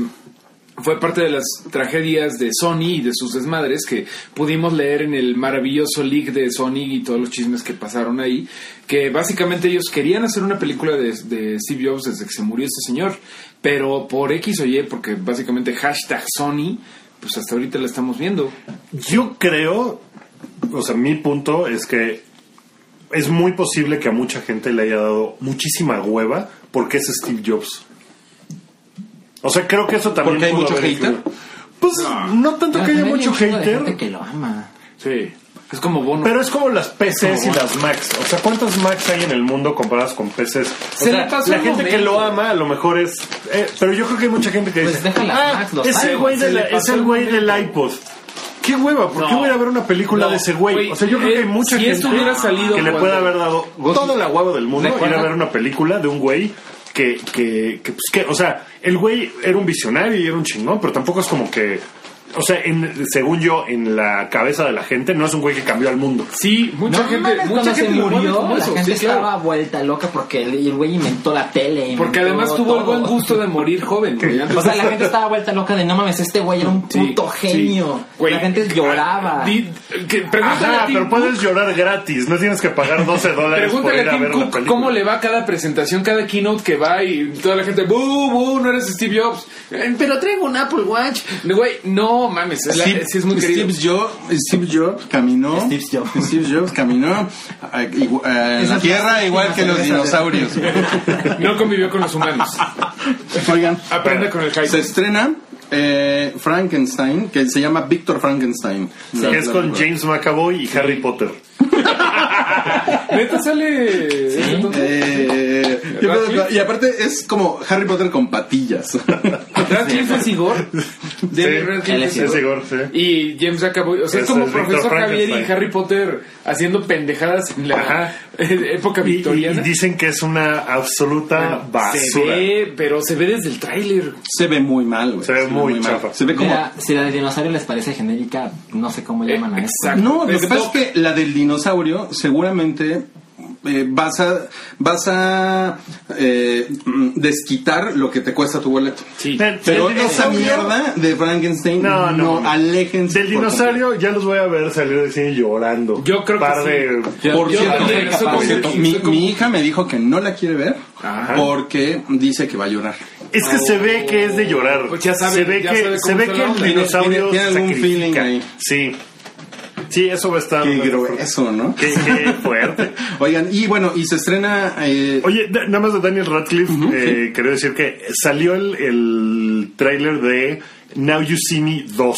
Speaker 5: fue parte de las tragedias de Sony y de sus desmadres que pudimos leer en el maravilloso leak de Sony y todos los chismes que pasaron ahí, que básicamente ellos querían hacer una película de, de Steve Jobs desde que se murió este señor, pero por X o Y, porque básicamente hashtag Sony, pues hasta ahorita la estamos viendo.
Speaker 2: Yo creo, o sea, mi punto es que es muy posible que a mucha gente le haya dado muchísima hueva porque es Steve Jobs. O sea, creo que eso también.
Speaker 1: ¿Porque hay
Speaker 2: pudo
Speaker 1: mucho
Speaker 2: haber
Speaker 1: hater?
Speaker 2: influido. Pues no, tanto que haya
Speaker 3: Pero
Speaker 2: mucho
Speaker 3: también hay un chingo de
Speaker 2: hater,
Speaker 3: gente que lo ama.
Speaker 5: Sí. Es como bono.
Speaker 2: pero es como las PCs y
Speaker 5: Como-
Speaker 2: las Macs. O sea, ¿cuántas Macs hay en el mundo comparadas con PCs? O
Speaker 5: Se
Speaker 2: sea,
Speaker 5: le pasó
Speaker 2: la
Speaker 5: el
Speaker 2: gente que
Speaker 5: momento.
Speaker 2: lo ama a lo mejor es. eh, pero yo creo que hay mucha gente que
Speaker 3: Pues
Speaker 2: dice:
Speaker 3: deja las
Speaker 2: "Ah,
Speaker 3: Macs, los
Speaker 2: es el
Speaker 3: iPhones".
Speaker 2: güey de
Speaker 5: Se
Speaker 2: la-
Speaker 5: le pasó
Speaker 2: es el
Speaker 5: el
Speaker 2: güey del
Speaker 5: momento.
Speaker 2: iPod. ¿Qué hueva? ¿Por qué
Speaker 5: No.
Speaker 2: voy a ver una película
Speaker 5: No,
Speaker 2: de ese güey?
Speaker 5: güey,
Speaker 2: O sea, yo creo
Speaker 5: eh,
Speaker 2: que hay mucha
Speaker 5: si
Speaker 2: gente
Speaker 5: esto hubiera salido
Speaker 2: que le
Speaker 5: cuando-
Speaker 2: puede haber dado toda la hueva del mundo ir a ver una película de un güey que, que, que, pues, que, o sea, el güey era un visionario y era un chingón, pero tampoco es como que, o sea, en- según yo, en la cabeza de la gente, no es un güey que cambió al mundo.
Speaker 5: Sí, mucha
Speaker 3: no,
Speaker 5: gente,
Speaker 3: mames,
Speaker 5: mucha
Speaker 3: cuando
Speaker 5: gente
Speaker 3: se
Speaker 5: lo mueve
Speaker 3: murió,
Speaker 5: como
Speaker 3: la
Speaker 5: eso,
Speaker 3: gente
Speaker 5: sí, claro.
Speaker 3: estaba vuelta loca porque el, el güey inventó la tele. inventó
Speaker 5: Porque además tuvo el
Speaker 3: todo.
Speaker 5: buen gusto de morir joven, güey. Antes-
Speaker 3: O sea, la gente estaba vuelta loca de no mames, este güey era un
Speaker 5: Sí,
Speaker 3: puto
Speaker 5: sí.
Speaker 3: genio.
Speaker 5: Güey, ah,
Speaker 3: la gente lloraba.
Speaker 5: Di- que- pregúntale
Speaker 2: Ajá,
Speaker 5: a Tim
Speaker 2: pero
Speaker 5: Cook-
Speaker 2: puedes llorar gratis, no tienes que pagar 12
Speaker 5: [LAUGHS]
Speaker 2: dólares por
Speaker 5: Pregúntale
Speaker 2: ir
Speaker 5: a
Speaker 2: a
Speaker 5: Tim
Speaker 2: ver la
Speaker 5: Cook
Speaker 2: película.
Speaker 5: cómo le va cada presentación, cada keynote que va y toda la gente, "Bu, bu, no eres Steve Jobs." Eh, Pero traigo un Apple Watch. Güey, no mames, es la-
Speaker 1: Steve,
Speaker 5: sí es muy querido.
Speaker 1: Steve Jobs, Steve Jobs caminó.
Speaker 3: Steve Jobs.
Speaker 1: Steve Jobs caminó a, a- igu- a
Speaker 3: Esas
Speaker 1: la tierra
Speaker 3: las
Speaker 1: igual que los
Speaker 3: últimas [LAUGHS]
Speaker 1: dinosaurios.
Speaker 5: No convivió con los humanos.
Speaker 1: Oigan,
Speaker 5: Aprende con el
Speaker 1: se
Speaker 5: hype.
Speaker 1: estrena eh, Frankenstein, que se llama Víctor Frankenstein. La-
Speaker 2: Que es
Speaker 1: la
Speaker 2: con
Speaker 1: película.
Speaker 2: James McAvoy y Harry Potter.
Speaker 5: Neta sale ese tonto?
Speaker 1: Eh, y aparte- y aparte es como Harry Potter con patillas. [LAUGHS]
Speaker 5: Radcliffe es Igor. Daniel
Speaker 2: Sí,
Speaker 5: Radcliffe
Speaker 3: él
Speaker 5: es
Speaker 3: es
Speaker 2: Es
Speaker 5: Igor.
Speaker 2: Igor, sí.
Speaker 5: Y James McAvoy, o sea, es
Speaker 2: Ese
Speaker 5: como
Speaker 2: es Víctor
Speaker 5: profesor Javier y
Speaker 2: Frankenstein.
Speaker 5: Harry Potter haciendo pendejadas en la
Speaker 2: Ajá.
Speaker 5: [LAUGHS] época
Speaker 2: Y- Y, y
Speaker 5: victoriana.
Speaker 2: dicen que es una absoluta
Speaker 5: Bueno, se
Speaker 2: basura.
Speaker 5: ve, pero se ve desde el tráiler.
Speaker 1: Se ve muy mal, güey.
Speaker 2: Se ve muy
Speaker 1: mal.
Speaker 2: chafa.
Speaker 1: Se ve como
Speaker 3: Mira, si la de dinosaurio les parece genérica, no sé cómo
Speaker 5: Eh,
Speaker 3: llaman a esto.
Speaker 5: exacto.
Speaker 1: No, lo
Speaker 5: Es
Speaker 1: que pasa
Speaker 5: top.
Speaker 1: es que la del dinosaurio seguramente eh, vas a, vas a eh, mm, desquitar lo que te cuesta tu boleto.
Speaker 5: Sí.
Speaker 2: Pero-
Speaker 1: Pero
Speaker 2: del
Speaker 1: esa
Speaker 2: dinosaurio-
Speaker 1: mierda de Frankenstein, no,
Speaker 2: No, no, no.
Speaker 1: aléjense.
Speaker 2: Del
Speaker 1: por
Speaker 2: dinosaurio ya los voy a ver salir del cine llorando.
Speaker 5: Yo creo que
Speaker 2: Par
Speaker 5: sí.
Speaker 2: de-
Speaker 5: Yo-
Speaker 1: Por
Speaker 5: yo
Speaker 1: cierto,
Speaker 5: también
Speaker 1: por
Speaker 5: soy como
Speaker 1: completo.
Speaker 5: Sergio,
Speaker 1: mi,
Speaker 5: soy como-
Speaker 1: mi hija me dijo que no la quiere ver porque dice que va a llorar.
Speaker 2: Es que se ve que es de llorar.
Speaker 5: Pues ya saben,
Speaker 2: se ve
Speaker 5: ya
Speaker 2: que,
Speaker 5: saben
Speaker 2: se
Speaker 5: cómo
Speaker 2: ve
Speaker 5: está
Speaker 2: que
Speaker 5: la
Speaker 2: el
Speaker 5: onda.
Speaker 1: Tiene-
Speaker 2: dinosaurio
Speaker 1: tiene
Speaker 2: se
Speaker 1: algún
Speaker 2: sacrifica.
Speaker 1: feeling ahí.
Speaker 2: Sí. Sí, eso va a estar.
Speaker 1: Qué grueso, ¿no?
Speaker 2: Qué- qué
Speaker 1: [LAUGHS]
Speaker 2: fuerte.
Speaker 1: Oigan, y bueno, y se estrena... eh,
Speaker 2: Oye, da- nada más de Daniel Radcliffe, eh, quería decir que salió el, el tráiler de Now You See Me 2,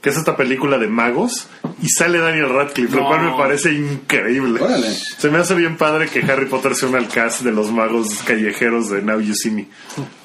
Speaker 2: que es esta película de magos, y sale Daniel Radcliffe, lo
Speaker 5: No.
Speaker 2: cual me parece increíble.
Speaker 1: Órale.
Speaker 2: Se me hace bien padre que Harry Potter sea un alcaz de los magos callejeros de Now You See Me.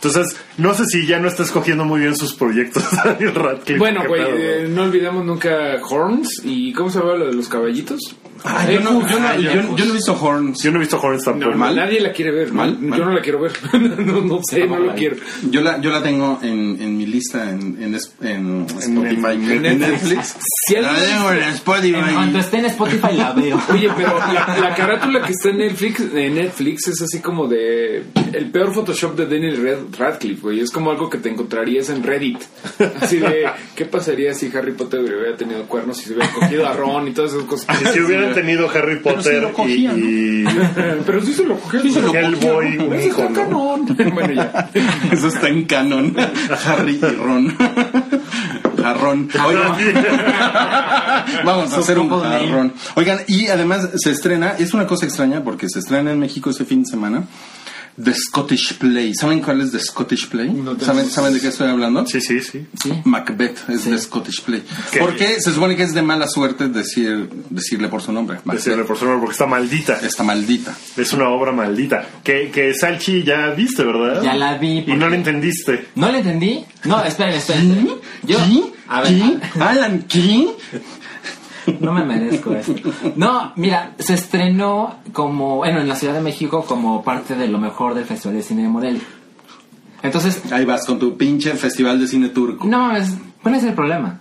Speaker 2: Entonces, no sé si ya no está escogiendo muy bien sus proyectos [LAUGHS] Daniel Radcliffe.
Speaker 5: Bueno,
Speaker 2: Qué
Speaker 5: güey,
Speaker 2: pedo,
Speaker 5: eh, no olvidamos nunca Horns y ¿cómo se llama lo de los caballitos?
Speaker 1: ah, yo, no, yo, no,
Speaker 5: Ah,
Speaker 1: yo-
Speaker 5: Jacuzzi.
Speaker 1: yo no he visto Horns.
Speaker 2: Yo no he visto Horns tampoco.
Speaker 5: No,
Speaker 1: ¿Mal?
Speaker 5: nadie la quiere ver.
Speaker 1: ¿Mal?
Speaker 5: Yo
Speaker 1: ¿Mal?
Speaker 5: no la quiero ver. [LAUGHS] no, no sé, no lo quiero.
Speaker 1: Yo la, yo la tengo en, en mi lista en, en, es- en Spotify,
Speaker 2: en-
Speaker 1: en,
Speaker 2: en
Speaker 1: Netflix.
Speaker 5: Si
Speaker 1: la
Speaker 5: alguien-
Speaker 1: tengo en
Speaker 3: En cuanto
Speaker 1: Spotify.
Speaker 3: esté en Spotify la
Speaker 5: [LAUGHS]
Speaker 3: veo.
Speaker 5: Oye, pero la, la carátula que está en Netflix, en Netflix es así como de el peor Photoshop de Daniel Rad- Radcliffe, güey. Es como algo que te encontrarías en Reddit. Así de ¿qué pasaría si Harry Potter hubiera tenido cuernos y se hubiera cogido a Ron y todas esas [LAUGHS] cosas?
Speaker 2: Si hubieran tenido Harry Potter
Speaker 1: lo cogían,
Speaker 2: y,
Speaker 5: Pero sí se lo cogió.
Speaker 2: y Hellboy, un
Speaker 5: Eso
Speaker 2: hijo,
Speaker 5: está
Speaker 2: ¿no?
Speaker 5: canon. Bueno, ya.
Speaker 1: Eso está en canon. Harry y Ron. Jarrón. Oigan,
Speaker 5: [LAUGHS]
Speaker 1: vamos a hacer un
Speaker 3: Combo name.
Speaker 1: jarrón. Oigan, y además se estrena, es una cosa extraña porque se estrena en México este fin de semana. The Scottish Play. ¿Saben cuál es The Scottish Play? ¿Saben, ¿Saben de qué estoy hablando?
Speaker 2: [LAUGHS] Sí, sí, sí.
Speaker 1: Macbeth es de Scottish Play.
Speaker 2: Qué
Speaker 1: Porque
Speaker 2: bien.
Speaker 1: se supone que es de mala suerte decir, decirle por su nombre. Macbeth.
Speaker 2: Decirle por su nombre, porque está maldita.
Speaker 1: Esta maldita.
Speaker 2: Es una obra maldita. Que, que Salchi ya viste, ¿verdad?
Speaker 3: Ya la vi,
Speaker 2: Y
Speaker 3: porque-
Speaker 2: no la entendiste.
Speaker 3: ¿No le entendí? No, esperen, esperen. esperen. Yo,
Speaker 1: ¿Qué?
Speaker 3: a ver,
Speaker 1: ¿Qué? ¿Alan qué?
Speaker 3: [LAUGHS] No me merezco eso. No, mira, se estrenó como, bueno, en la Ciudad de México como parte de lo mejor del Festival de Cine de Morelia. Entonces,
Speaker 1: Ahí vas con tu pinche festival de cine turco.
Speaker 3: no mames, ¿cuál es el problema?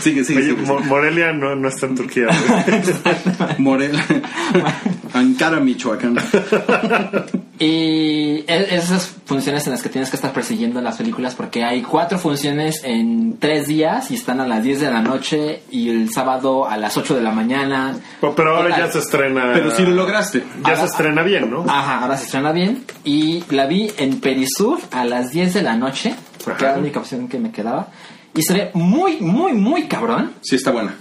Speaker 1: Sigue, sigue,
Speaker 2: Oye,
Speaker 1: sigue.
Speaker 2: Mo- Morelia no, no está en Turquía.
Speaker 3: [LAUGHS]
Speaker 2: güey.
Speaker 1: Morel. Ankara, Michoacán.
Speaker 3: Y e- esas funciones en las que tienes que estar persiguiendo las películas porque hay cuatro funciones en tres días y están a las 10 de la noche y el sábado a las 8 de la mañana.
Speaker 2: Pero pero ahora ya se estrena.
Speaker 1: Pero si lo lograste.
Speaker 2: Ya se estrena bien, ¿no?
Speaker 3: Ajá, ahora se estrena bien. Y la vi en Perisur a las 10 de la noche, porque era la única opción que me quedaba. Y se ve muy, muy, muy cabrón.
Speaker 1: Sí está buena.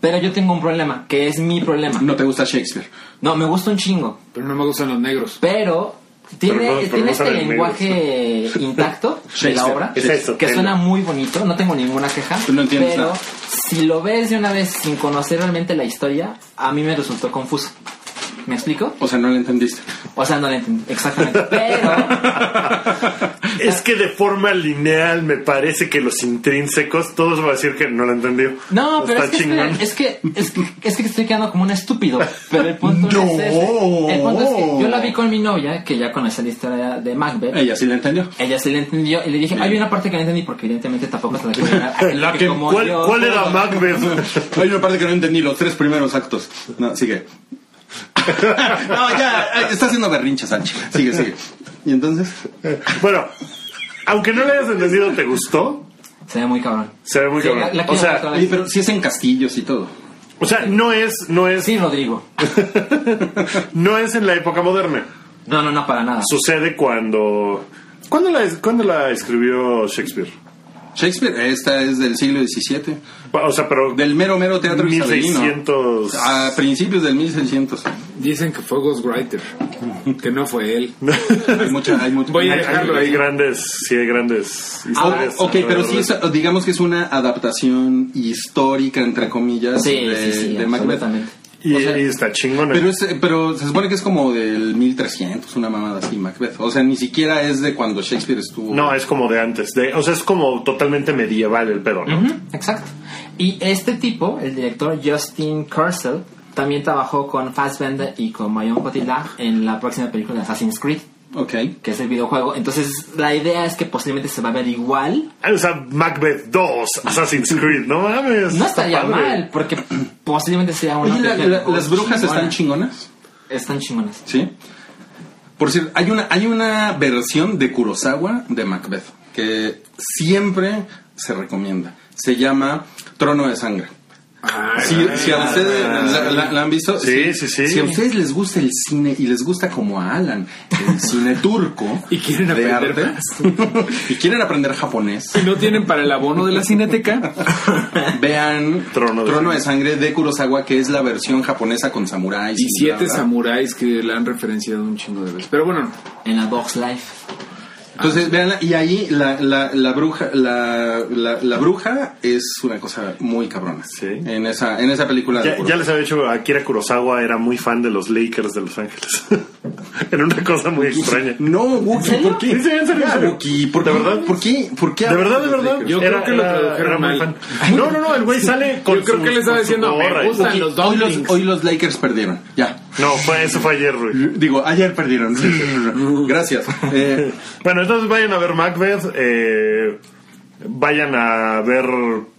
Speaker 3: Pero yo tengo un problema, que es mi problema.
Speaker 1: No te gusta Shakespeare.
Speaker 3: No, me gusta un chingo.
Speaker 5: Pero no me gustan los negros.
Speaker 3: Pero Tiene,
Speaker 2: Pero no- pero
Speaker 3: tiene
Speaker 2: no
Speaker 3: este
Speaker 2: sabe el medio.
Speaker 3: lenguaje [LAUGHS]
Speaker 2: [LAUGHS]
Speaker 3: intacto de la
Speaker 1: Shakespeare.
Speaker 3: obra,
Speaker 2: Es eso,
Speaker 3: que
Speaker 2: él.
Speaker 3: suena muy bonito, no tengo ninguna queja,
Speaker 1: Tú no entiendes
Speaker 3: pero
Speaker 1: nada.
Speaker 3: si lo ves de una vez sin conocer realmente la historia, a mí me resultó confuso. ¿Me explico?
Speaker 1: O sea, no lo entendiste.
Speaker 3: O sea, no la entendí
Speaker 2: [LAUGHS]
Speaker 3: exactamente, pero Ah,
Speaker 2: Es que de forma lineal me parece que los intrínsecos, todos van a decir que no lo entendió.
Speaker 3: no, pero es
Speaker 2: Está
Speaker 3: que, espera,
Speaker 2: chingón.
Speaker 3: es que es que es que estoy quedando como un estúpido, pero el punto no es ese. El punto es que yo la vi con mi novia, que ya conocía la historia de Macbeth.
Speaker 1: Ella sí la entendió.
Speaker 3: Ella sí la entendió y le dije, hay una parte que no entendí porque evidentemente tampoco se
Speaker 2: [LAUGHS]
Speaker 3: la quiero dar a aquel
Speaker 2: La que-
Speaker 3: como
Speaker 2: ¿cuál,
Speaker 3: yo
Speaker 2: cuál era
Speaker 1: [LAUGHS]
Speaker 3: todo". [LAUGHS]
Speaker 2: Macbeth?
Speaker 1: Hay una parte que no entendí, los tres primeros actos. No, sigue. [LAUGHS] no, ya, eh, está haciendo berrinche, Sánchez. Sigue, sigue. Y entonces,
Speaker 2: bueno, aunque no le hayas entendido, ¿te gustó?
Speaker 3: Se ve muy cabrón.
Speaker 2: Se ve muy
Speaker 3: Sí,
Speaker 2: cabrón.
Speaker 3: la- la
Speaker 2: o,
Speaker 3: quiero ver otra
Speaker 2: sea,
Speaker 3: vez.
Speaker 1: oye, pero si es en castillos y todo.
Speaker 2: o sea, no es, no es,
Speaker 3: Sí, Rodrigo.
Speaker 2: no es en la época moderna.
Speaker 3: No, no, no, para nada.
Speaker 2: Sucede cuando. ¿Cuándo la, es- cuándo la escribió Shakespeare?
Speaker 1: Shakespeare, esta es del siglo XVII.
Speaker 2: O sea, pero.
Speaker 1: Del mero, mero teatro isabelino.
Speaker 2: 1600.
Speaker 1: A principios del 1600.
Speaker 5: Dicen que fue Ghostwriter, que no fue él.
Speaker 1: Hay mucha, hay mucha.
Speaker 5: Voy a
Speaker 2: Hay-
Speaker 5: dejarlo
Speaker 2: hay
Speaker 5: ahí.
Speaker 2: grandes, sí hay grandes
Speaker 1: Ah,
Speaker 2: historias.
Speaker 1: ok, pero
Speaker 2: alrededor
Speaker 1: sí,
Speaker 2: de-
Speaker 1: es, digamos que es una adaptación histórica, entre comillas,
Speaker 3: Sí,
Speaker 1: de,
Speaker 3: sí, sí,
Speaker 1: de Macbeth.
Speaker 3: absolutamente.
Speaker 2: Y,
Speaker 1: o sea-
Speaker 2: y está chingón.
Speaker 1: Pero, es, eh, pero se supone que es como del 1300, una mamada así, Macbeth. O sea, ni siquiera es de cuando Shakespeare estuvo.
Speaker 2: No, es como de antes. De, o sea, es como totalmente medieval el pedo, ¿no?
Speaker 3: Ujú, exacto. Y este tipo, el director Justin Kurzel, también trabajó con Fassbender y con Marion Cotillard en la próxima película de Assassin's Creed,
Speaker 1: Ok.
Speaker 3: que es el videojuego. Entonces, la idea es que posiblemente se va a ver igual.
Speaker 2: O sea, Macbeth 2, Assassin's Creed, no mames.
Speaker 3: No
Speaker 2: está
Speaker 3: estaría
Speaker 2: padre.
Speaker 3: mal, porque posiblemente sea una...
Speaker 1: Oye, la-
Speaker 3: película
Speaker 1: la- las brujas
Speaker 3: chingona.
Speaker 1: están chingonas,
Speaker 3: Están chingonas.
Speaker 1: ¿sí? Por cierto, hay una, hay una versión de Kurosawa de Macbeth que siempre se recomienda. Se llama Trono de Sangre. Si, si a ustedes la, la- la han visto,
Speaker 2: Sí,
Speaker 1: si-
Speaker 2: sí, sí.
Speaker 1: Si a ustedes les gusta el cine y les gusta como a Alan, el cine turco
Speaker 5: Y quieren
Speaker 1: de
Speaker 5: aprender
Speaker 1: arte, [LAUGHS] y quieren aprender japonés,
Speaker 5: Si no tienen para el abono de la cineteca,
Speaker 1: vean
Speaker 2: Trono
Speaker 1: Trono
Speaker 2: de
Speaker 1: de, Sangre de Kurosawa, que es la versión japonesa con samuráis.
Speaker 5: y siete
Speaker 1: bla, bla.
Speaker 5: samuráis que la han referenciado un chingo de veces. Pero bueno,
Speaker 3: En la Box Life.
Speaker 1: Entonces, veanla, y ahí la, la, la bruja la, la, la bruja es una cosa muy cabrona.
Speaker 2: Sí.
Speaker 1: En esa, en esa película de
Speaker 2: Ya, ya
Speaker 1: Kurosawa.
Speaker 2: les había dicho, Akira Kurosawa era muy fan de los Lakers de Los Ángeles. [LAUGHS] era una cosa muy extraña.
Speaker 1: No, Wookie,
Speaker 3: serio?
Speaker 1: ¿por qué?
Speaker 2: Sí, sí, en serio, en serio.
Speaker 1: Wookie, ¿por
Speaker 2: ¿De
Speaker 1: qué?
Speaker 2: verdad?
Speaker 1: ¿Por qué? ¿Por qué?
Speaker 2: De verdad, de verdad.
Speaker 5: Yo creo que lo tradujeron
Speaker 2: era muy
Speaker 5: mal.
Speaker 2: fan. No, no, no, el güey sale con
Speaker 5: creo
Speaker 2: su-
Speaker 5: que le estaba
Speaker 2: con su
Speaker 5: diciendo, me
Speaker 2: gorra y-
Speaker 5: gusta.
Speaker 1: Wookie,
Speaker 5: los
Speaker 1: hoy,
Speaker 5: dumplings.
Speaker 1: los, hoy los Lakers perdieron. Ya.
Speaker 2: No, fue, eso fue ayer, güey.
Speaker 1: Digo, ayer perdieron. Gracias. Eh,
Speaker 2: Bueno, entonces vayan a ver Macbeth, eh, vayan a ver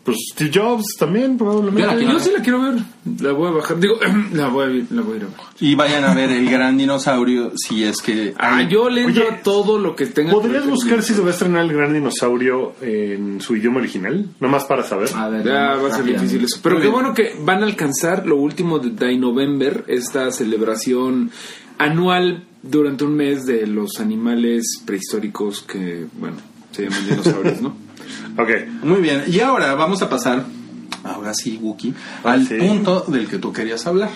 Speaker 2: pues, Steve Jobs también,
Speaker 3: Yo la
Speaker 2: probablemente.
Speaker 3: quiero
Speaker 5: yo
Speaker 3: ver.
Speaker 5: sí la quiero ver. La voy a bajar. Digo, [CLEARS THROAT] la voy a, la voy a ir a bajar.
Speaker 1: y vayan a ver El Gran Dinosaurio si es que...
Speaker 5: Ah, yo le entro
Speaker 2: Oye,
Speaker 5: a todo lo que tenga. que
Speaker 2: ¿Podrías
Speaker 5: ver con
Speaker 2: buscar
Speaker 5: videojuegos.
Speaker 2: si se va a estrenar el gran dinosaurio en su idioma original? Nomás para saber.
Speaker 5: Ah.
Speaker 3: A ver,
Speaker 5: Ya va a ser
Speaker 3: rápidamente.
Speaker 5: difícil eso. Pero
Speaker 1: Muy
Speaker 5: qué
Speaker 1: bien.
Speaker 5: bueno que van a alcanzar lo último de Die November, esta celebración anual durante un mes de los animales prehistóricos que, bueno, se llaman dinosaurios, [LAUGHS] ¿no?
Speaker 2: Ok.
Speaker 1: Muy bien, y ahora vamos a pasar, ahora sí, Wookie, al
Speaker 2: sí.
Speaker 1: punto del que tú querías hablar.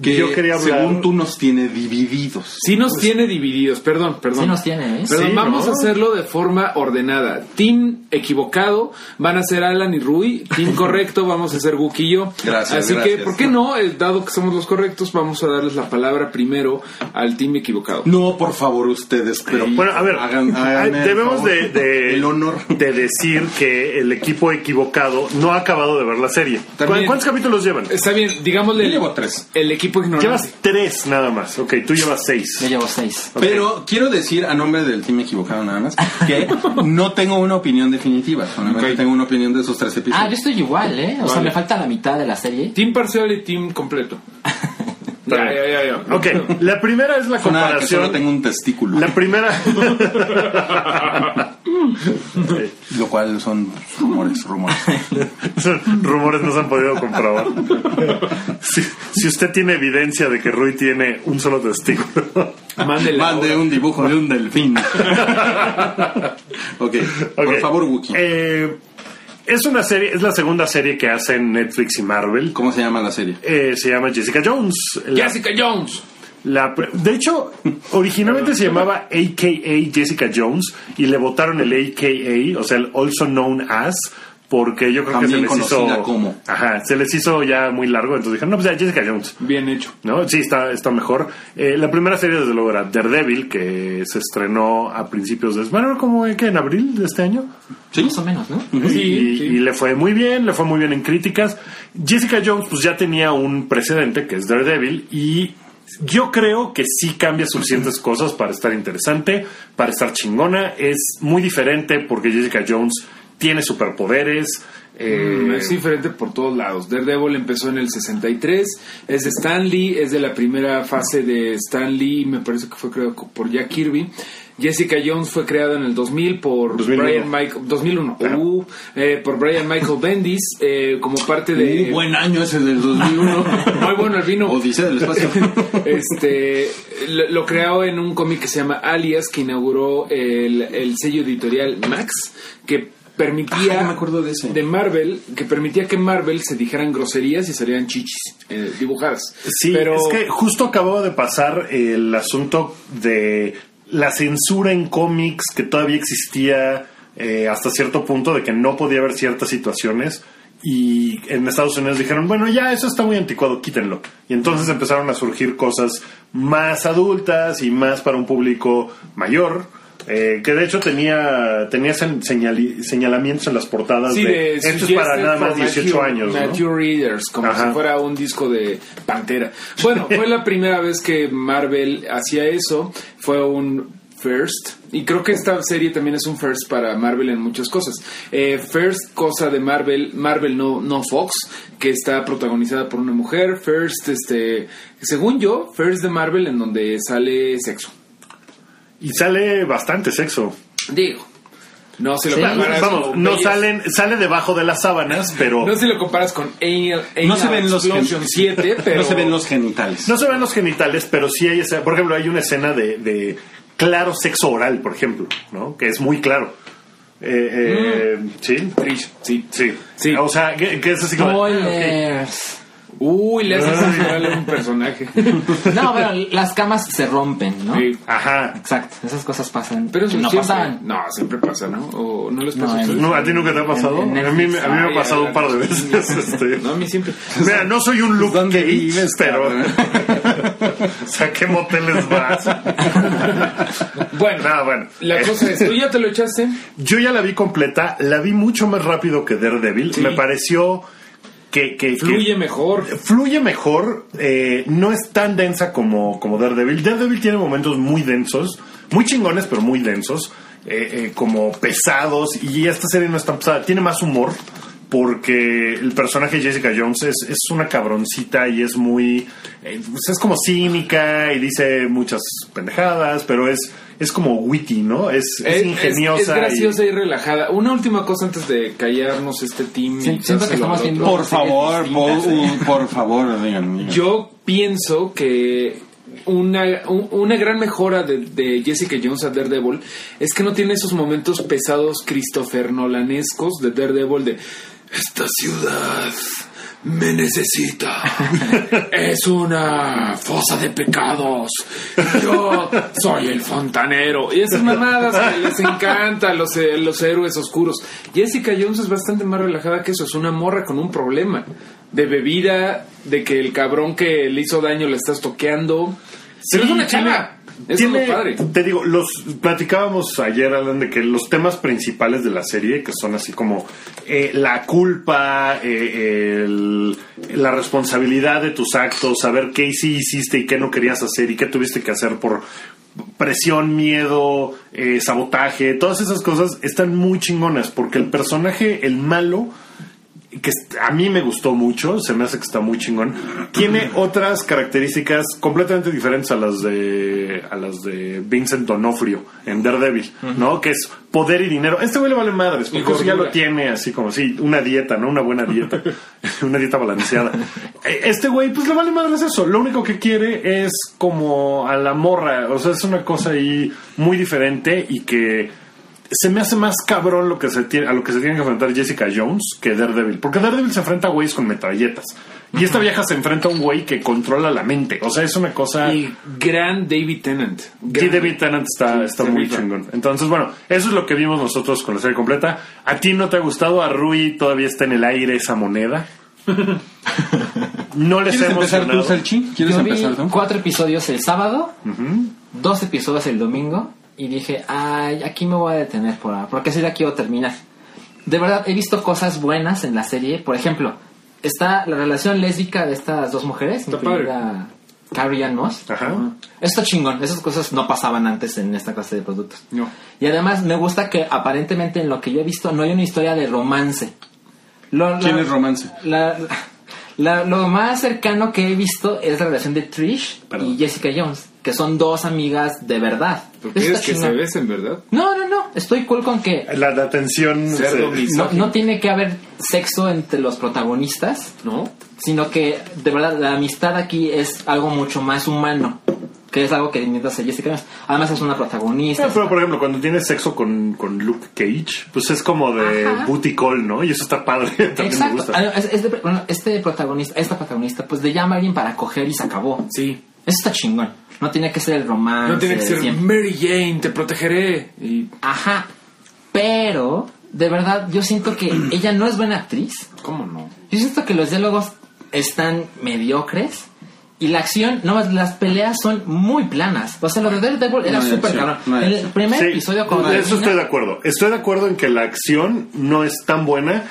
Speaker 1: Que
Speaker 2: Yo quería hablar-
Speaker 1: Según tú nos tiene divididos.
Speaker 5: Sí nos tiene divididos, perdón, perdón.
Speaker 3: Sí nos tiene, ¿eh?
Speaker 5: Perdón,
Speaker 2: Sí,
Speaker 5: vamos
Speaker 2: ¿no?
Speaker 5: a hacerlo de forma ordenada. Team equivocado van a ser Alan y Rui. Team correcto vamos a ser Guki y yo.
Speaker 1: Gracias,
Speaker 5: Así
Speaker 1: gracias.
Speaker 5: que, ¿por qué no? Eh, Dado que somos los correctos, vamos a darles la palabra primero al team equivocado.
Speaker 1: No, por favor, ustedes, pero
Speaker 2: Bueno, a ver, [LAUGHS]
Speaker 1: hagan- hagan el
Speaker 2: debemos
Speaker 1: favor,
Speaker 2: de, de-
Speaker 1: el honor.
Speaker 2: de decir que el equipo equivocado no ha acabado de ver la serie.
Speaker 1: También.
Speaker 2: ¿Cuántos capítulos llevan?
Speaker 5: Está bien, digámosle.
Speaker 1: Yo llevo tres.
Speaker 5: El equipo ignorante.
Speaker 2: Llevas tres nada más. Ok, tú llevas
Speaker 3: Yo
Speaker 2: seis.
Speaker 3: llevo seis.
Speaker 1: Pero quiero decir, a nombre del team equivocado nada más,
Speaker 2: [LAUGHS]
Speaker 1: que no tengo una opinión definitiva, solamente
Speaker 5: Ok.
Speaker 1: tengo una opinión de esos tres episodios.
Speaker 3: Ah, yo estoy igual, ¿eh? O sea,
Speaker 5: Vale.
Speaker 3: me falta la mitad de la serie.
Speaker 5: Team parcial y team completo. ya,
Speaker 2: Está bien.
Speaker 5: ya, ya, ya.
Speaker 2: Ok, la primera es la
Speaker 1: Con nada, que solo
Speaker 2: comparación.
Speaker 1: tengo un testículo,
Speaker 2: La primera. [LAUGHS]
Speaker 1: lo cual son rumores, rumores.
Speaker 2: Son rumores no se han podido comprobar. Si, si usted tiene evidencia de que Rui tiene un solo testículo.
Speaker 5: Mándela.
Speaker 1: Mande un dibujo de un [LAUGHS] delfín. ok, por
Speaker 2: Ok.
Speaker 1: favor, Wookie.
Speaker 2: Eh, es una serie, es la segunda serie que hacen Netflix y Marvel.
Speaker 1: ¿Cómo se llama la serie?
Speaker 2: Eh, se llama Jessica Jones. La,
Speaker 5: Jessica Jones.
Speaker 2: La pre- de hecho, originalmente se llamaba AKA Jessica Jones y le votaron el AKA, o sea, el also known as, porque yo creo
Speaker 1: También
Speaker 2: que se les hizo.
Speaker 1: conocida como.
Speaker 2: Ajá, se les hizo ya muy largo, entonces dijeron, no, pues ya Jessica Jones.
Speaker 5: Bien hecho.
Speaker 2: ¿No? Sí, está, está mejor. Eh, la primera serie, desde luego, era Daredevil, que se estrenó a principios de. Bueno, como que en abril de este año.
Speaker 1: Sí.
Speaker 3: Más o menos, ¿no?
Speaker 5: Sí,
Speaker 2: y,
Speaker 5: sí.
Speaker 2: y le fue muy bien, le fue muy bien en críticas. Jessica Jones pues ya tenía un precedente que es Daredevil y yo creo que sí cambia suficientes cosas para estar interesante, para estar chingona. Es muy diferente porque Jessica Jones tiene superpoderes. eh,
Speaker 5: Mm, es diferente por todos lados. Daredevil empezó en el 63, es de Stan Lee, es de la primera fase de Stan Lee, me parece que fue creado co- por Jack Kirby. Jessica Jones fue creada en el 2000 por
Speaker 2: 2001.
Speaker 5: Brian Michael 2001 uh, eh, por Brian Michael Bendis eh, como parte de
Speaker 1: Un buen año ese del [LAUGHS] 2001.
Speaker 5: muy bueno el vino
Speaker 1: Odisea del espacio.
Speaker 5: [LAUGHS] este lo, lo creó en un cómic que se llama Alias que inauguró el, el sello editorial Max que permitía
Speaker 1: Ah, ya me acuerdo de ese.
Speaker 5: Marvel que permitía que Marvel se dijeran groserías y salieran chichis eh, dibujadas
Speaker 2: Sí,
Speaker 5: pero
Speaker 2: es que justo acababa de pasar el asunto de la censura en cómics que todavía existía eh, hasta cierto punto de que no podía haber ciertas situaciones y en Estados Unidos dijeron, bueno, ya eso está muy anticuado, quítenlo. Y entonces empezaron a surgir cosas más adultas y más para un público mayor. eh, que de hecho tenía, tenía sen- señali- señalamientos en las portadas
Speaker 5: sí,
Speaker 2: de,
Speaker 5: de
Speaker 2: esto es para
Speaker 5: Suggested
Speaker 2: nada más
Speaker 5: for
Speaker 2: 18
Speaker 5: Mature-
Speaker 2: años. ¿no?
Speaker 5: Mature Readers, como
Speaker 2: Ajá.
Speaker 5: si fuera un disco de Pantera. Bueno, fue la primera vez que Marvel hacía eso. Fue un first. Y creo que esta serie también es un first para Marvel en muchas cosas. Eh, first cosa de Marvel, Marvel no, no Fox, que está protagonizada por una mujer. First, este, según yo, first de Marvel en donde sale sexo.
Speaker 2: Y sale bastante sexo.
Speaker 5: Digo, no se lo
Speaker 3: Sí.
Speaker 5: comparas
Speaker 2: Vamos,
Speaker 5: con
Speaker 2: no
Speaker 5: Bellas-
Speaker 2: salen, sale debajo de las sábanas, pero
Speaker 5: No si lo comparas con Anal,
Speaker 1: No se ven los
Speaker 5: Explosion
Speaker 1: gen-
Speaker 2: [LAUGHS]
Speaker 5: 7, pero...
Speaker 1: No se ven los genitales.
Speaker 2: no se ven los genitales, pero sí hay esa, por ejemplo, hay una escena de, de claro sexo oral, por ejemplo, ¿no? Que es muy claro. Eh, eh, Sí,
Speaker 5: Trish, sí.
Speaker 2: sí,
Speaker 5: Sí.
Speaker 2: O sea, que, que es así como. ok.
Speaker 1: [LAUGHS]
Speaker 3: Spoilers.
Speaker 5: Uy, le
Speaker 2: Ah.
Speaker 5: haces igual a
Speaker 2: [LAUGHS]
Speaker 5: un personaje.
Speaker 3: No, pero las camas se rompen, ¿no?
Speaker 5: Sí.
Speaker 2: Ajá.
Speaker 3: Exacto, esas cosas pasan.
Speaker 5: Pero eso
Speaker 3: no
Speaker 5: siempre-
Speaker 3: pasan.
Speaker 5: No, siempre pasa, ¿no? O no les pasa
Speaker 3: No,
Speaker 5: a ustedes.
Speaker 2: No, ¿A ti nunca te ha pasado?
Speaker 3: En- en
Speaker 2: a, mí, me- a mí me ha
Speaker 5: Ay,
Speaker 2: pasado
Speaker 5: ay,
Speaker 2: un par de
Speaker 5: ay,
Speaker 2: veces. este.
Speaker 5: No, a mí siempre.
Speaker 2: Mira, no soy un Luke
Speaker 1: ¿Dónde
Speaker 2: Cage,
Speaker 1: vives,
Speaker 2: pero...
Speaker 1: cabrón?
Speaker 2: [LAUGHS] o sea, ¿qué moteles vas?
Speaker 5: Bueno,
Speaker 2: Nada, bueno.
Speaker 5: la
Speaker 2: Eh.
Speaker 5: cosa es, tú ya te lo echaste.
Speaker 2: Yo ya la vi completa, la vi mucho más rápido que Daredevil.
Speaker 5: Sí.
Speaker 2: Me pareció que, que- que-
Speaker 5: Fluye mejor.
Speaker 2: fluye mejor, eh, no es tan densa como, como Daredevil. Daredevil tiene momentos muy densos, muy chingones, pero muy densos, eh, eh, como pesados, y esta serie no es tan pesada, tiene más humor, porque el personaje de Jessica Jones es, es una cabroncita y es muy, eh, pues es como cínica y dice muchas pendejadas, pero es, es como witty, ¿no? Es, es ingeniosa.
Speaker 5: Eh, Es,
Speaker 2: y-
Speaker 5: graciosa y... relajada. Una última cosa antes de callarnos este team. y
Speaker 3: Sí, siento que
Speaker 5: dárselo
Speaker 3: estamos
Speaker 5: al otro.
Speaker 3: viendo-
Speaker 1: Por favor, por, uh, por favor, digan. digan.
Speaker 5: Yo pienso que una, un- una gran mejora de, de Jessica Jones a Daredevil es que no tiene esos momentos pesados Christopher Nolanescos de Daredevil de
Speaker 4: Esta ciudad me necesita.
Speaker 5: es una fosa de pecados. Yo soy el fontanero. Y esas mamadas que les encanta los, eh, los héroes oscuros. Jessica Jones es bastante más relajada que eso. Es una morra con un problema de bebida, de que el cabrón que le hizo daño le estás toqueando. Pero
Speaker 2: Sí,
Speaker 5: es una
Speaker 2: tiene-
Speaker 5: chava. Eso es
Speaker 2: tiene-
Speaker 5: lo padre.
Speaker 2: Te digo, los platicábamos ayer, Alan, de que los temas principales de la serie, que son así como eh, la culpa, eh, el- la responsabilidad de tus actos, saber qué sí hiciste y qué no querías hacer y qué tuviste que hacer por presión, miedo, eh, sabotaje, todas esas cosas están muy chingonas porque el personaje, el malo, que est- a mí me gustó mucho, se me hace que está muy chingón.
Speaker 5: [CLEARS THROAT]
Speaker 2: Tiene otras características completamente diferentes a las de a las de Vincent Donofrio en Daredevil, ¿no? Que es poder y dinero. Este güey le vale madres,
Speaker 5: Y
Speaker 2: porque eso ya
Speaker 5: gordura.
Speaker 2: lo tiene así como sí, una dieta, ¿no? Una buena
Speaker 5: [LAUGHS]
Speaker 2: dieta, una dieta balanceada. Eh, Este güey pues le vale madres eso. Lo único que quiere es como a la morra, o sea, es una cosa ahí muy diferente y que se me hace más cabrón lo que se tiene, a lo que se tiene que enfrentar Jessica Jones que Daredevil. Porque Daredevil se enfrenta a güeyes con metralletas. Y esta vieja se enfrenta a un güey que controla la mente. O sea, es una cosa.
Speaker 5: Y gran David Tennant.
Speaker 2: Ah. Sí,
Speaker 5: Gran-
Speaker 2: David Tennant está,
Speaker 5: Sí,
Speaker 2: está
Speaker 5: se
Speaker 2: muy
Speaker 5: rifa.
Speaker 2: chingón. Entonces, bueno, eso es lo que vimos nosotros con la serie completa. ¿A ti no te ha gustado? ¿A Rui todavía está en el aire esa
Speaker 5: [LAUGHS]
Speaker 2: moneda? No les
Speaker 1: ¿Quieres
Speaker 2: hemos
Speaker 1: empezar tú, Salchi? ¿Quieres
Speaker 3: Yo vi
Speaker 1: empezar tú?
Speaker 3: cuatro episodios el sábado, dos episodios el domingo, y dije, ay, aquí me voy a detener por ahora, porque así la quiero terminar. De verdad, he visto cosas buenas en la serie. Por ejemplo, está la relación lésbica de estas dos mujeres,
Speaker 5: Está
Speaker 3: incluida Carrie y Ann Moss.
Speaker 2: Ajá.
Speaker 3: Esto chingón, esas cosas no pasaban antes en esta clase de productos.
Speaker 5: No.
Speaker 3: Y además me gusta que aparentemente en lo que yo he visto no hay una historia de romance. Lo,
Speaker 1: ¿Quién es romance?
Speaker 3: la- la- lo más cercano que he visto es la relación de Trish
Speaker 2: Perdón.
Speaker 3: y Jessica Jones, que son dos amigas de verdad.
Speaker 5: ¿Tú
Speaker 3: Eso
Speaker 5: quieres
Speaker 3: está
Speaker 5: que se
Speaker 3: chingón.
Speaker 5: besen, verdad?
Speaker 3: No, no, no, estoy cool con que
Speaker 2: La, la atención.
Speaker 5: Cerdo
Speaker 2: se-
Speaker 5: mis-
Speaker 3: no,
Speaker 5: misógino.
Speaker 3: no tiene que haber sexo entre los protagonistas,
Speaker 5: No.
Speaker 3: sino que de verdad la amistad aquí es algo mucho más humano, que es algo que intenta hacer Jessica Jones. Además es una protagonista.
Speaker 2: Ah, Pero, por ejemplo, cuando tienes sexo con, con Luke Cage, pues es como de
Speaker 3: Ajá.
Speaker 2: booty call, ¿no? Y eso está padre. [LAUGHS] También me
Speaker 3: Exacto.
Speaker 2: gusta.
Speaker 3: Ah, es- es de- bueno, este protagonista, esta protagonista, pues le llama a alguien para coger y se acabó.
Speaker 5: Sí.
Speaker 3: Eso está chingón. No tiene que ser el
Speaker 2: Ah,
Speaker 3: romance.
Speaker 5: No tiene que
Speaker 3: de
Speaker 5: ser
Speaker 3: siempre.
Speaker 5: Mary Jane, te protegeré. Y
Speaker 3: Ajá. Pero, de verdad, yo siento que ella no es buena actriz.
Speaker 5: cómo no.
Speaker 3: Yo siento que los diálogos están mediocres. Y la acción, no más, las peleas son muy planas. O sea, lo de Daredevil era
Speaker 1: No hay
Speaker 3: súper
Speaker 1: acción,
Speaker 3: cabrón.
Speaker 1: no hay
Speaker 3: en el
Speaker 1: acción.
Speaker 3: primer
Speaker 2: Sí,
Speaker 3: episodio con
Speaker 2: de eso estoy de acuerdo. Estoy de acuerdo en que la acción no es tan buena.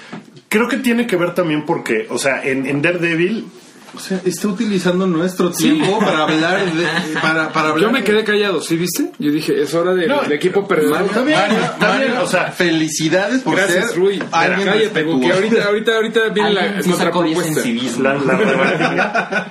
Speaker 2: Creo que tiene que ver también porque, o sea, en, en Daredevil
Speaker 1: O sea, está utilizando nuestro tiempo para hablar [LAUGHS] de, para, para hablar
Speaker 5: Yo me quedé callado, ¿sí viste? Yo dije, es hora del
Speaker 2: No,
Speaker 5: del equipo perdedor.
Speaker 2: está bien,
Speaker 1: Mario,
Speaker 2: está
Speaker 1: Mario,
Speaker 2: bien, o sea,
Speaker 1: felicidades por
Speaker 5: Gracias,
Speaker 1: ser
Speaker 5: Rui.
Speaker 1: alguien
Speaker 5: Cállate,
Speaker 1: respetuoso.
Speaker 5: porque ahorita, ahorita, ahorita viene la
Speaker 3: Alguien sí sacó 10 en
Speaker 5: contrapropuesta.
Speaker 3: civismo.
Speaker 2: La, la revancha.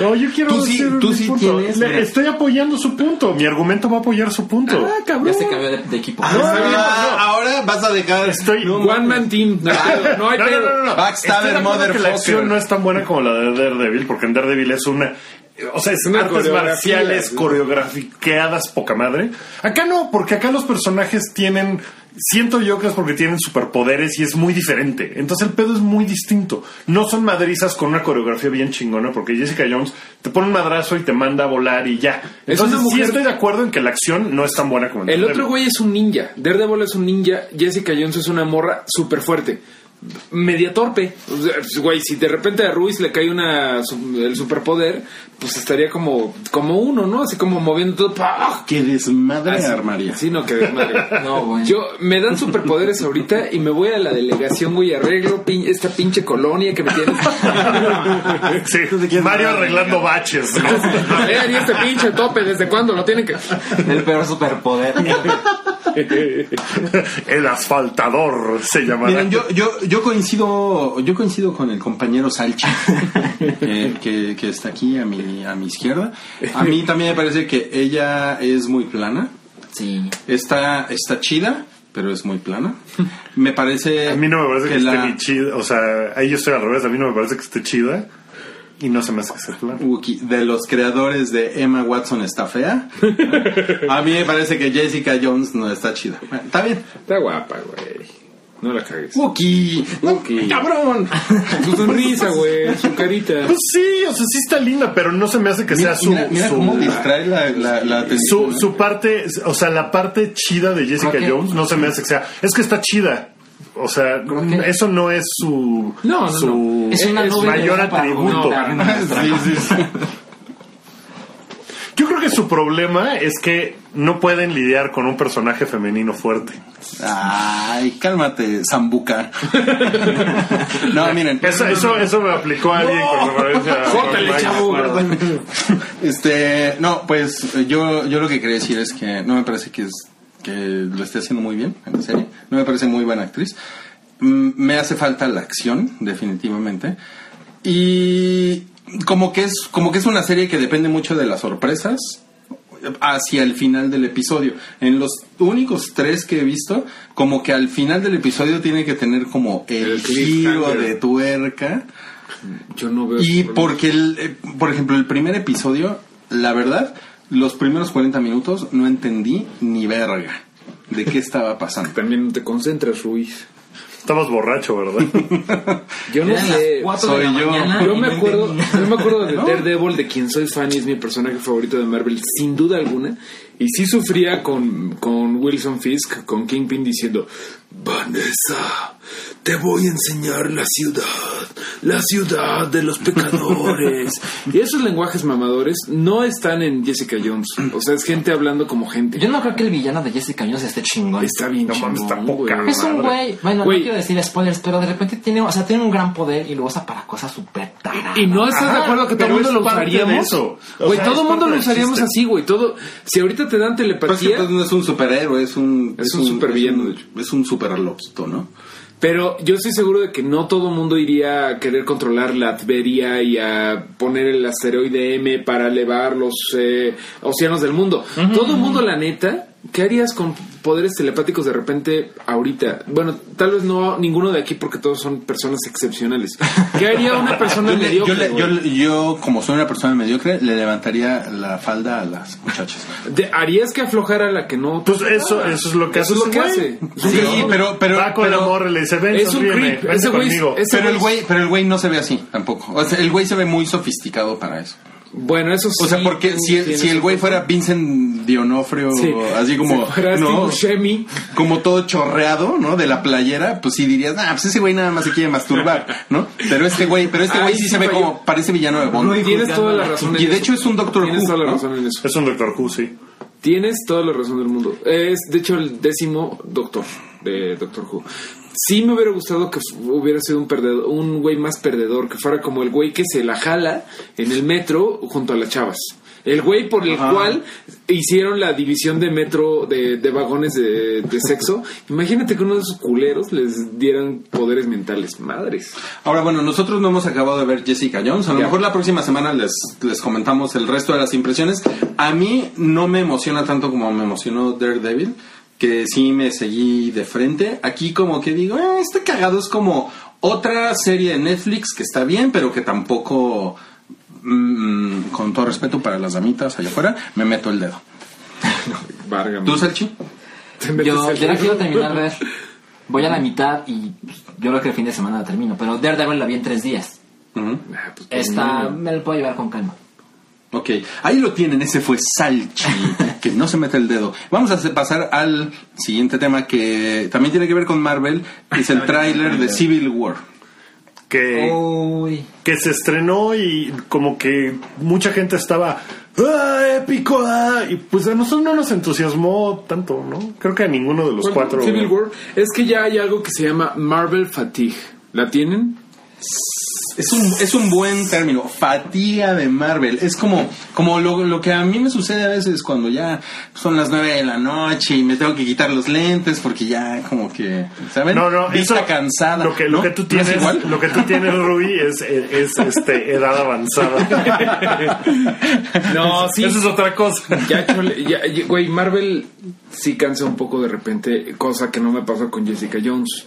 Speaker 2: no, yo quiero
Speaker 1: Tú sí-
Speaker 2: hacer
Speaker 1: tú
Speaker 2: mi
Speaker 1: sí
Speaker 2: punto.
Speaker 1: tienes-
Speaker 2: Le-
Speaker 1: mira.
Speaker 2: Estoy apoyando su punto. Mi argumento va a apoyar su punto.
Speaker 5: Ah,
Speaker 3: Ya
Speaker 5: cabrón.
Speaker 3: se cambió de, de equipo.
Speaker 1: Ah,
Speaker 2: Está bien, no.
Speaker 1: ahora vas a dejar
Speaker 2: Estoy-
Speaker 5: One man team. No, no hay
Speaker 2: No, no,
Speaker 5: pedo.
Speaker 2: no, no, no.
Speaker 1: Backstabber,
Speaker 2: Estoy de acuerdo que la
Speaker 1: motherfucker.
Speaker 2: acción no es tan buena como la de Daredevil, porque en Daredevil es una. O sea, es
Speaker 5: Una
Speaker 2: artes
Speaker 5: coreografía,
Speaker 2: marciales
Speaker 5: sí.
Speaker 2: coreografiadas poca madre. Acá no, porque acá los personajes tienen. Siento yo que es porque tienen superpoderes y es muy diferente. Entonces el pedo es muy distinto. No son madrizas con una coreografía bien chingona, porque Jessica Jones te pone un madrazo y te manda a volar y ya.
Speaker 5: Es
Speaker 2: Entonces
Speaker 5: una
Speaker 2: sí
Speaker 5: mujer-
Speaker 2: estoy de acuerdo en que la acción no es tan buena como en
Speaker 5: El
Speaker 2: Daredevil.
Speaker 5: otro güey es un ninja. Daredevil es un ninja. Jessica Jones es una morra súper fuerte. Media torpe. O sea, pues, Güey, si de repente a Ruiz le cae una su- el superpoder, pues estaría como, como uno, ¿no? Así como moviendo todo. ¡pah!
Speaker 1: que desmadre
Speaker 5: Así.
Speaker 1: armaría.
Speaker 5: Sí, no, que desmadre.
Speaker 3: No, bueno.
Speaker 5: Yo me dan superpoderes ahorita y me voy a la delegación, güey, arreglo pin- esta pinche colonia que me [LAUGHS] tienes.
Speaker 2: [LAUGHS]
Speaker 5: [LAUGHS]
Speaker 2: Sí, Mario arreglando baches, ¿no?
Speaker 5: Vean, y este pinche tope, ¿desde cuándo lo tienen que.?
Speaker 3: El peor superpoder.
Speaker 2: [LAUGHS] El asfaltador se llamará.
Speaker 1: Miren, yo, yo, yo coincido, yo coincido con el compañero Salchi, eh, que, que está aquí a mi, a mi izquierda. A mí también me parece que ella es muy plana.
Speaker 3: Sí.
Speaker 1: Está, está chida, pero es muy plana. Me parece.
Speaker 2: [LAUGHS] A mí no me parece que, esté
Speaker 1: la-
Speaker 2: ni chida. O sea, ahí yo estoy al revés. A mí no me parece que esté chida. Y no se me hace que sea plana.
Speaker 1: Wookie de los creadores de Emma Watson está
Speaker 2: [LAUGHS]
Speaker 1: fea. A mí me parece que Jessica Jones no está chida. Bueno, Está bien.
Speaker 5: Está guapa, güey. No la cagues.
Speaker 1: Wookie. No,
Speaker 5: Wookie.
Speaker 1: cabrón.
Speaker 5: Su sonrisa, güey, su carita.
Speaker 2: Pues sí, o sea, sí está linda, pero no se me hace que
Speaker 1: Mira,
Speaker 2: sea su.
Speaker 1: mira- mira
Speaker 2: su,
Speaker 1: cómo distrae la, la, la atención.
Speaker 2: [LAUGHS] su, su parte, o sea, la parte chida de Jessica
Speaker 3: Creo que-
Speaker 2: Jones no se me hace que sea. Es que está chida. O sea,
Speaker 3: que-
Speaker 2: eso no es su,
Speaker 5: No, no,
Speaker 2: su
Speaker 5: no.
Speaker 3: Es una
Speaker 5: Es
Speaker 3: nube de
Speaker 2: mayor
Speaker 3: oro para
Speaker 2: atributo.
Speaker 3: argumentar.
Speaker 1: Sí, sí, sí.
Speaker 2: Yo creo que su problema es que no pueden lidiar con un personaje femenino fuerte.
Speaker 1: Ay, cálmate, Zambuca. [LAUGHS] No, miren.
Speaker 2: Eso, eso, eso me aplicó a alguien con referencia a-
Speaker 5: Córtale,
Speaker 2: Mike
Speaker 5: chavo.
Speaker 2: Sparrow.
Speaker 1: Este, no, pues yo, yo lo que quería decir es que no me parece que, es, que lo esté haciendo muy bien en la serie. No me parece muy buena actriz. Mm, Me hace falta la acción, definitivamente. Y como que es, como que es una serie que depende mucho de las sorpresas hacia el final del episodio. En los únicos tres que he visto, como que al final del episodio tiene que tener como el,
Speaker 5: El
Speaker 1: giro
Speaker 5: cliffhanger.
Speaker 1: de tuerca.
Speaker 5: Yo no veo.
Speaker 1: Y porque, el, eh, por ejemplo, el primer episodio, la verdad, los primeros 40 minutos no entendí ni verga. de qué estaba pasando.
Speaker 5: También no te concentras, Ruiz.
Speaker 2: Estabas borracho, ¿verdad?
Speaker 5: Yo no
Speaker 3: Eran las
Speaker 5: sé.
Speaker 3: 4
Speaker 1: soy
Speaker 3: de la
Speaker 1: yo.
Speaker 3: mañana.
Speaker 5: Yo
Speaker 3: y
Speaker 5: me
Speaker 3: no
Speaker 5: acuerdo,
Speaker 3: entendí
Speaker 5: yo me acuerdo
Speaker 2: [LAUGHS]
Speaker 5: de
Speaker 1: ¿No?
Speaker 5: Daredevil, de quien soy fan y es mi personaje favorito de Marvel, sin duda alguna. Y sí sufría con, con Wilson Fisk, con Kingpin diciendo,
Speaker 4: Vanessa, te voy a enseñar la ciudad, la ciudad de
Speaker 2: [LAUGHS]
Speaker 4: los pecadores.
Speaker 5: y esos lenguajes mamadores no están en Jessica Jones. O sea, es gente hablando como gente.
Speaker 3: Yo no creo que el villano de Jessica Jones esté chingón.
Speaker 5: Está bien
Speaker 2: No mames,
Speaker 5: chingón,
Speaker 2: está poca
Speaker 5: güey.
Speaker 3: Es un güey, bueno,
Speaker 5: Güey.
Speaker 3: no quiero decir spoilers, pero de repente tiene, o sea, tiene un gran poder y lo usa para cosas súper taradas.
Speaker 5: Y no estás
Speaker 2: Ajá,
Speaker 5: de acuerdo que todo el
Speaker 2: pero
Speaker 5: mundo
Speaker 2: es
Speaker 5: lo
Speaker 2: parte de
Speaker 5: usaríamos.
Speaker 2: eso. O
Speaker 5: Güey,
Speaker 2: sea,
Speaker 5: todo
Speaker 2: es
Speaker 5: el mundo
Speaker 2: parte
Speaker 5: lo
Speaker 2: del
Speaker 5: usaríamos
Speaker 2: chiste.
Speaker 5: así, güey. Todo. Si ahorita te dan
Speaker 1: Pues
Speaker 5: telepatía.
Speaker 1: que pues, no es un superhéroe, es un...
Speaker 5: Es un supervillano,
Speaker 1: es un-
Speaker 5: de hecho.
Speaker 1: Es un superloquito, ¿no?
Speaker 5: Pero yo estoy seguro de que no todo mundo iría a querer controlar la Atveria y a poner el asteroide M para elevar los eh, océanos del mundo. Todo el mundo, la neta, ¿qué harías con poderes telepáticos de repente ahorita? Bueno, tal vez no ninguno de aquí porque todos son personas excepcionales. ¿Qué haría una
Speaker 1: [LAUGHS]
Speaker 5: persona
Speaker 1: Yo, le- yo,
Speaker 5: mediocre?
Speaker 1: le-
Speaker 5: güey?
Speaker 1: yo le- yo, como soy una persona mediocre, le levantaría la falda a las muchachas.
Speaker 5: ¿Te- ¿Harías que aflojara la que no?
Speaker 2: Pues eso, eso es lo que
Speaker 5: Eso
Speaker 2: hace.
Speaker 5: es lo que
Speaker 2: ese
Speaker 5: hace.
Speaker 2: güey.
Speaker 1: Sí, pero, pero,
Speaker 2: Va con
Speaker 1: pero-
Speaker 2: la morra y le dice, ven,
Speaker 5: Es un
Speaker 2: sonríeme,
Speaker 5: creep.
Speaker 2: vente
Speaker 5: [LAUGHS] Ese güey es-
Speaker 2: conmigo.
Speaker 5: es-
Speaker 1: pero el güey, pero el güey no se ve así tampoco. O sea, el güey se ve muy sofisticado para eso.
Speaker 5: Bueno, eso
Speaker 1: O sea,
Speaker 5: sí,
Speaker 1: porque
Speaker 5: tú
Speaker 1: si, el-
Speaker 5: tienes
Speaker 1: si el
Speaker 5: un
Speaker 1: güey
Speaker 5: punto.
Speaker 1: fuera Vincent Dionofrio,
Speaker 5: Sí.
Speaker 1: así como,
Speaker 5: Si fueras
Speaker 1: ¿no?
Speaker 5: tipo
Speaker 1: [LAUGHS]
Speaker 5: Buscemi,
Speaker 1: como todo chorreado, ¿no? De la playera, pues sí dirías, ah, pues ese güey nada más se quiere masturbar, ¿no? Pero este güey, pero este
Speaker 5: Ay,
Speaker 1: güey sí,
Speaker 5: sí,
Speaker 1: se ve
Speaker 5: falló.
Speaker 1: como parece villano de Bond.
Speaker 3: Muy bien.
Speaker 5: Tienes toda la razón. en
Speaker 1: Y de
Speaker 5: eso.
Speaker 1: hecho es un Doctor
Speaker 5: Tienes
Speaker 1: Who,
Speaker 5: toda la
Speaker 1: ¿no?
Speaker 5: razón en eso.
Speaker 2: Es un Doctor Who, sí.
Speaker 5: Tienes toda la razón del mundo. Es, de hecho, el décimo Doctor de Doctor Who. Sí me hubiera gustado que fu- hubiera sido un perdedor, un güey más perdedor, que fuera como el güey que se la jala en el metro junto a las chavas. El güey por el cual hicieron la división de metro de, de vagones de, de sexo. Imagínate que uno de esos culeros les dieran poderes mentales. Madres.
Speaker 1: Ahora, bueno, nosotros no hemos acabado de ver Jessica Jones. A lo
Speaker 5: Ya.
Speaker 1: mejor la próxima semana les, les comentamos el resto de las impresiones. A mí no me emociona tanto como me emocionó Daredevil, que sí me seguí de frente. Aquí como que digo, "Eh, este cagado es como otra serie de Netflix que está bien, pero que tampoco, mm, con todo respeto para las damitas allá afuera, me meto el dedo.
Speaker 5: Vargas.
Speaker 1: ¿Tú, Salchi?
Speaker 5: Te metes
Speaker 3: Yo,
Speaker 5: el-
Speaker 3: yo la quiero terminar de ver. Voy a la mitad y pues, yo creo que el fin de semana la termino. Pero Daredevil la vi en tres días.
Speaker 1: Ujú.
Speaker 5: [LAUGHS] Ah, pues, pues,
Speaker 3: Esta me la puedo llevar con calma.
Speaker 1: Ok, ahí lo tienen, ese fue
Speaker 2: [LAUGHS]
Speaker 1: Salchi, que no se mete el dedo. Vamos a hacer- pasar al siguiente tema que también tiene que ver con Marvel, es el tráiler de Civil War.
Speaker 2: Que,
Speaker 5: Oh.
Speaker 3: Uy.
Speaker 2: que se estrenó y como que mucha gente estaba ¡Ah, épico! ah", Y pues a nosotros no nos entusiasmó tanto, ¿no? Creo que a ninguno de los
Speaker 5: ¿Cuál?
Speaker 2: cuatro.
Speaker 5: Civil War. Es que ya hay algo que se llama Marvel Fatigue. ¿La tienen?
Speaker 1: Es un, es un buen término, fatiga de Marvel. Es como, como lo, lo que a mí me sucede a veces cuando ya son las nueve de la noche y me tengo que quitar los lentes porque ya como que, ¿saben?
Speaker 2: No, no,
Speaker 1: Vista
Speaker 2: eso-
Speaker 1: cansada.
Speaker 2: Lo que,
Speaker 1: ¿no?
Speaker 2: lo que tú
Speaker 1: ¿No es
Speaker 2: tienes,
Speaker 1: igual?
Speaker 2: lo que tú tienes, Ruby, es, es, este, edad avanzada.
Speaker 1: [LAUGHS]
Speaker 5: [LAUGHS] No, sí.
Speaker 2: Eso es otra cosa.
Speaker 5: Ya, chole- ya- ya- güey, Marvel sí cansa un poco de repente, cosa que no me pasó con Jessica Jones.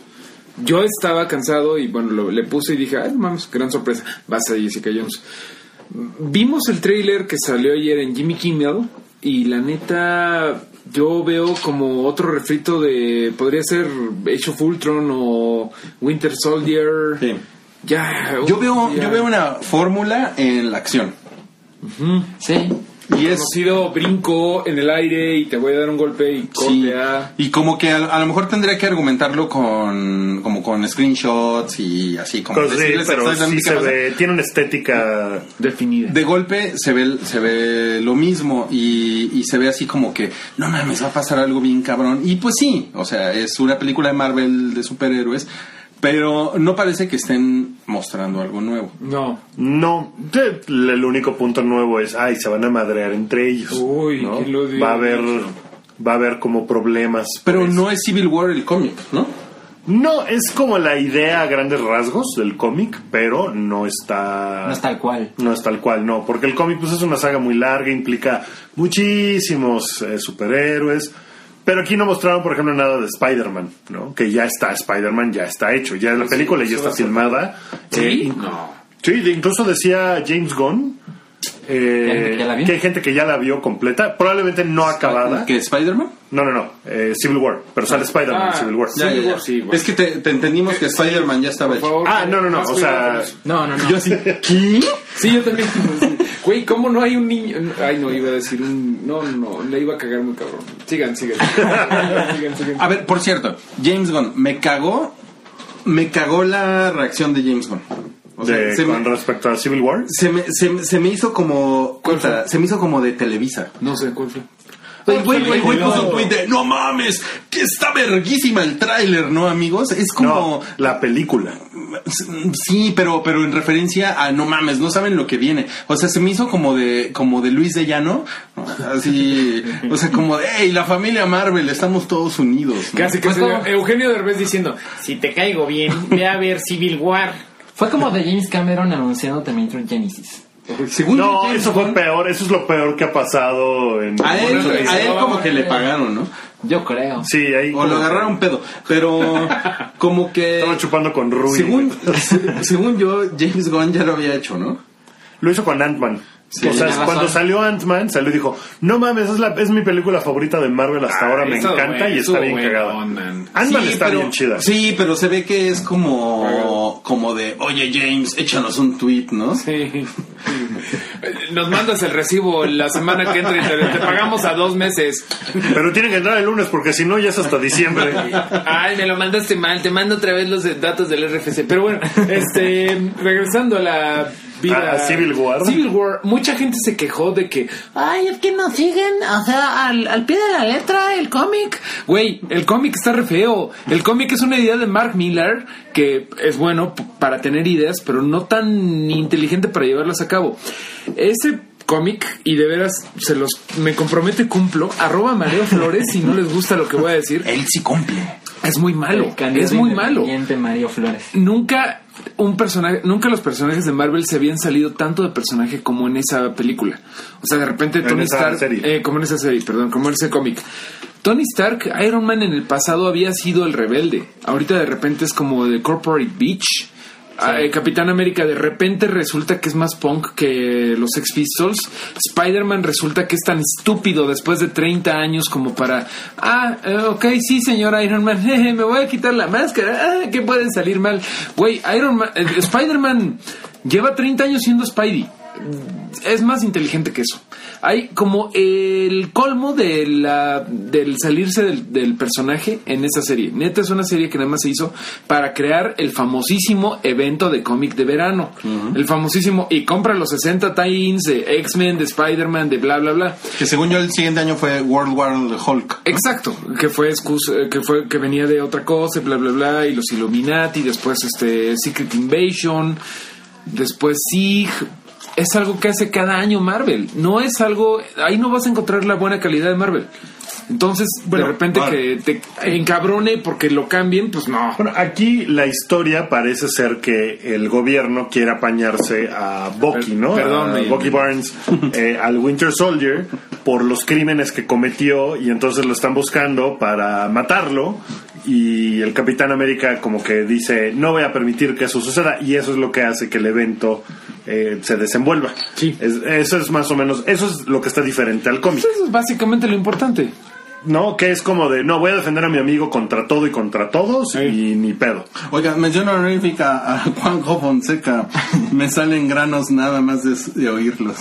Speaker 5: Yo estaba cansado y bueno, lo- le puse y dije, ay, mames, gran sorpresa, basta de Jessica Jones. Vimos el tráiler que salió ayer en Jimmy Kimmel y la neta yo veo como otro refrito de podría ser Age of Ultron o Winter Soldier.
Speaker 1: Sí.
Speaker 5: Ya,
Speaker 1: Yo veo,
Speaker 5: ya.
Speaker 1: yo veo una fórmula en la acción.
Speaker 3: Sí.
Speaker 1: Y es
Speaker 5: conocido brinco en el aire y te voy a dar un golpe y corte
Speaker 1: Sí,
Speaker 5: a-
Speaker 1: y como que a, a lo mejor tendría que argumentarlo con como con screenshots y así como
Speaker 2: Pues sí,
Speaker 1: decirles
Speaker 2: pero sí
Speaker 1: exactamente qué
Speaker 2: se
Speaker 1: pasa.
Speaker 2: ve, tiene una estética.
Speaker 5: definida.
Speaker 1: De golpe se ve se ve lo mismo y, y se ve así como que no mames va a pasar algo bien cabrón y pues sí, o sea es una película de Marvel de superhéroes pero no parece que estén mostrando algo nuevo.
Speaker 5: No.
Speaker 2: No, te- el único punto nuevo es, ay, se van a madrear entre ellos.
Speaker 5: Uy,
Speaker 2: ¿no?
Speaker 5: ¿quién lo diría?
Speaker 2: Va a haber, va a haber como problemas. por
Speaker 1: Pero
Speaker 2: eso.
Speaker 1: no es Civil War el cómic, ¿no?
Speaker 2: no es como la idea a grandes rasgos del cómic, pero no está,
Speaker 3: No es tal cual.
Speaker 2: no es tal cual, no, porque el cómic pues es una saga muy larga, implica muchísimos eh, superhéroes. Pero aquí no mostraron, por ejemplo, nada de Spider-Man, ¿no? Que ya está, Spider-Man ya está hecho, ya la película ya está filmada. eh,
Speaker 5: No.
Speaker 2: Sí, de- incluso decía James Gunn eh,
Speaker 3: ¿Que hay gente que ya la vio?
Speaker 2: que hay gente que ya la vio completa, probablemente no acabada.
Speaker 1: ¿Que Spider-Man?
Speaker 2: No, no, no, eh, Civil War, pero sale Spider-Man en
Speaker 5: Ah,
Speaker 2: Civil War.
Speaker 5: Sí,
Speaker 1: Ya, ya, ya.
Speaker 5: igual, sí, igual.
Speaker 1: Es que te, te entendimos que Spider-Man ya estaba
Speaker 5: Por
Speaker 1: hecho.
Speaker 5: favor.
Speaker 2: Ah, no, no, no,
Speaker 5: más
Speaker 2: o
Speaker 5: cuidado
Speaker 2: sea,
Speaker 5: con eso.
Speaker 3: No, no, no.
Speaker 1: Yo así, ¿qué?
Speaker 5: Sí, yo también. [LAUGHS] Güey, ¿cómo no hay un niño? Ay, no, iba a decir un. No, no, no, le iba a cagar muy cabrón. Sigan, [LAUGHS] sigan. sigan, sigan.
Speaker 1: A ver, por cierto, James Gunn, me cagó, me cagó la reacción de James Gunn. O sea,
Speaker 2: de-
Speaker 1: se,
Speaker 2: con
Speaker 1: me,
Speaker 2: respecto a Civil War.
Speaker 1: se, me, se me- se me hizo como,
Speaker 5: ¿Cuál fue?
Speaker 1: puta, se me hizo como de Televisa.
Speaker 5: No sé cuál fue.
Speaker 1: El güey, el güey
Speaker 2: no.
Speaker 1: puso un tweet de, no mames, que está verguísima el tráiler, ¿no, amigos? Es como,
Speaker 2: No, la película.
Speaker 1: sí, pero, pero en referencia a, no mames, no saben lo que viene. O sea, se me hizo como de, como de Luis de Llano, así, o sea, como de, hey, la familia Marvel, estamos todos unidos. ¿no?
Speaker 5: Casi,
Speaker 3: Pues,
Speaker 5: casi.
Speaker 3: ¿cómo?
Speaker 5: Eugenio Derbez diciendo.
Speaker 6: Si te caigo bien, ve a ver Civil War.
Speaker 3: Fue como de James Cameron anunciando Terminator Genesis.
Speaker 1: Según yo,
Speaker 2: No,
Speaker 1: James
Speaker 2: eso fue peor, eso es lo peor que ha pasado en...
Speaker 1: A él,
Speaker 5: Bueno,
Speaker 1: a él
Speaker 5: no,
Speaker 1: como
Speaker 5: no,
Speaker 1: que
Speaker 5: no.
Speaker 1: le pagaron, ¿no?
Speaker 3: Yo creo.
Speaker 2: Sí, ahí...
Speaker 1: O lo agarraron pedo. [LAUGHS] Pero como que...
Speaker 2: Estaba chupando con Rui.
Speaker 1: Según, [LAUGHS] se- según yo, James Gunn ya lo había hecho, ¿no?
Speaker 2: Lo hizo con Ant-Man. o sea,
Speaker 3: tiene razón.
Speaker 2: cuando salió Ant-Man, salió y dijo, no mames, es, la, es mi película favorita de Marvel hasta
Speaker 1: Ah,
Speaker 2: ahora, me
Speaker 5: estuvo
Speaker 2: encanta
Speaker 5: bueno,
Speaker 2: y está
Speaker 5: estuvo
Speaker 2: bien
Speaker 5: bueno,
Speaker 2: cagada.
Speaker 5: man.
Speaker 2: Ant-Man está
Speaker 1: pero,
Speaker 2: bien chida.
Speaker 1: Sí, pero se ve que es como, como de, oye James, échanos un tweet, ¿no?
Speaker 5: Sí. Nos mandas el recibo la semana que entra y te, te pagamos a dos meses.
Speaker 2: Pero tiene que entrar el lunes porque si no ya es hasta
Speaker 1: [LAUGHS]
Speaker 2: diciembre.
Speaker 5: Ay, me lo mandaste mal. Te mando otra vez los de- datos del RFC. Pero bueno, este, regresando a la vida.
Speaker 2: A- a Civil War.
Speaker 5: Civil War. Mucha gente se quejó de que, ay, es que no siguen, o sea, al, al pie de la letra el cómic. Güey, el cómic está re feo. El cómic es una idea de Mark Miller que es bueno p- para tener ideas, pero no tan inteligente para llevarlas a cabo. Ese cómic y de veras se los me comprometo y cumplo arroba mareo flores si no les gusta lo que voy a decir
Speaker 1: Él sí cumple.
Speaker 5: es muy malo,
Speaker 3: El candidato
Speaker 5: es muy malo.
Speaker 3: independiente Mario Flores.
Speaker 5: Nunca un personaje, nunca los personajes de Marvel se habían salido tanto de personaje como en esa película. O sea, de repente
Speaker 2: En
Speaker 5: Tony
Speaker 2: esa
Speaker 5: Stark,
Speaker 2: serie.
Speaker 5: eh, como en esa serie, perdón, como en ese cómic. Tony Stark, Iron Man en el pasado había sido el rebelde. Ahorita de repente es como de Corporate Beach. Ah, eh, Capitán América de repente resulta que es más punk que los Sex Pistols. Spider-Man resulta que es tan estúpido después de 30 años como para. Ah, eh, ok, sí, señor Iron Man. [LAUGHS] jeje, me voy a quitar la máscara. Ah, ¿Qué pueden salir mal? Güey, Iron Man. eh, Spider-Man lleva 30 años siendo Spidey es más inteligente que eso. Hay como el colmo de la, del salirse del, del personaje en esa serie. Neta es una serie que nada más se hizo para crear el famosísimo evento de cómic de verano. El famosísimo y compra los 60 tie-ins de X-Men, de Spider-Man, de bla, bla, bla.
Speaker 1: Que según yo el siguiente año fue World War Hulk.
Speaker 5: Exacto, que fue excusa- eh, que fue que venía de otra cosa, y bla bla bla, y los Illuminati, después este Secret Invasion, después Sig, es algo que hace cada año Marvel, no es algo, ahí no vas a encontrar la buena calidad de Marvel. Entonces, de repente
Speaker 1: vale.
Speaker 5: que te encabrone porque lo cambien, pues no.
Speaker 2: Bueno, aquí la historia parece ser que el gobierno quiere apañarse a Bucky,
Speaker 5: Per-
Speaker 2: ¿no?
Speaker 5: perdón,
Speaker 2: a
Speaker 5: mi-
Speaker 2: Bucky
Speaker 5: [LAUGHS]
Speaker 2: Barnes, eh, al Winter Soldier, por los crímenes que cometió y entonces lo están buscando para matarlo. Y el Capitán América como que dice, no voy a permitir que eso suceda y eso es lo que hace que el evento eh, se desenvuelva.
Speaker 5: Sí.
Speaker 2: Es- eso es más o menos, eso es lo que está diferente al cómic.
Speaker 5: Pues Eso es básicamente lo [LAUGHS] importante.
Speaker 2: No, que es como de, no, voy a defender a mi amigo contra todo y contra todos y ni pedo.
Speaker 1: Oiga, mención honorífica a Juanjo Fonseca. [LAUGHS] Me salen granos nada más de, de oírlos.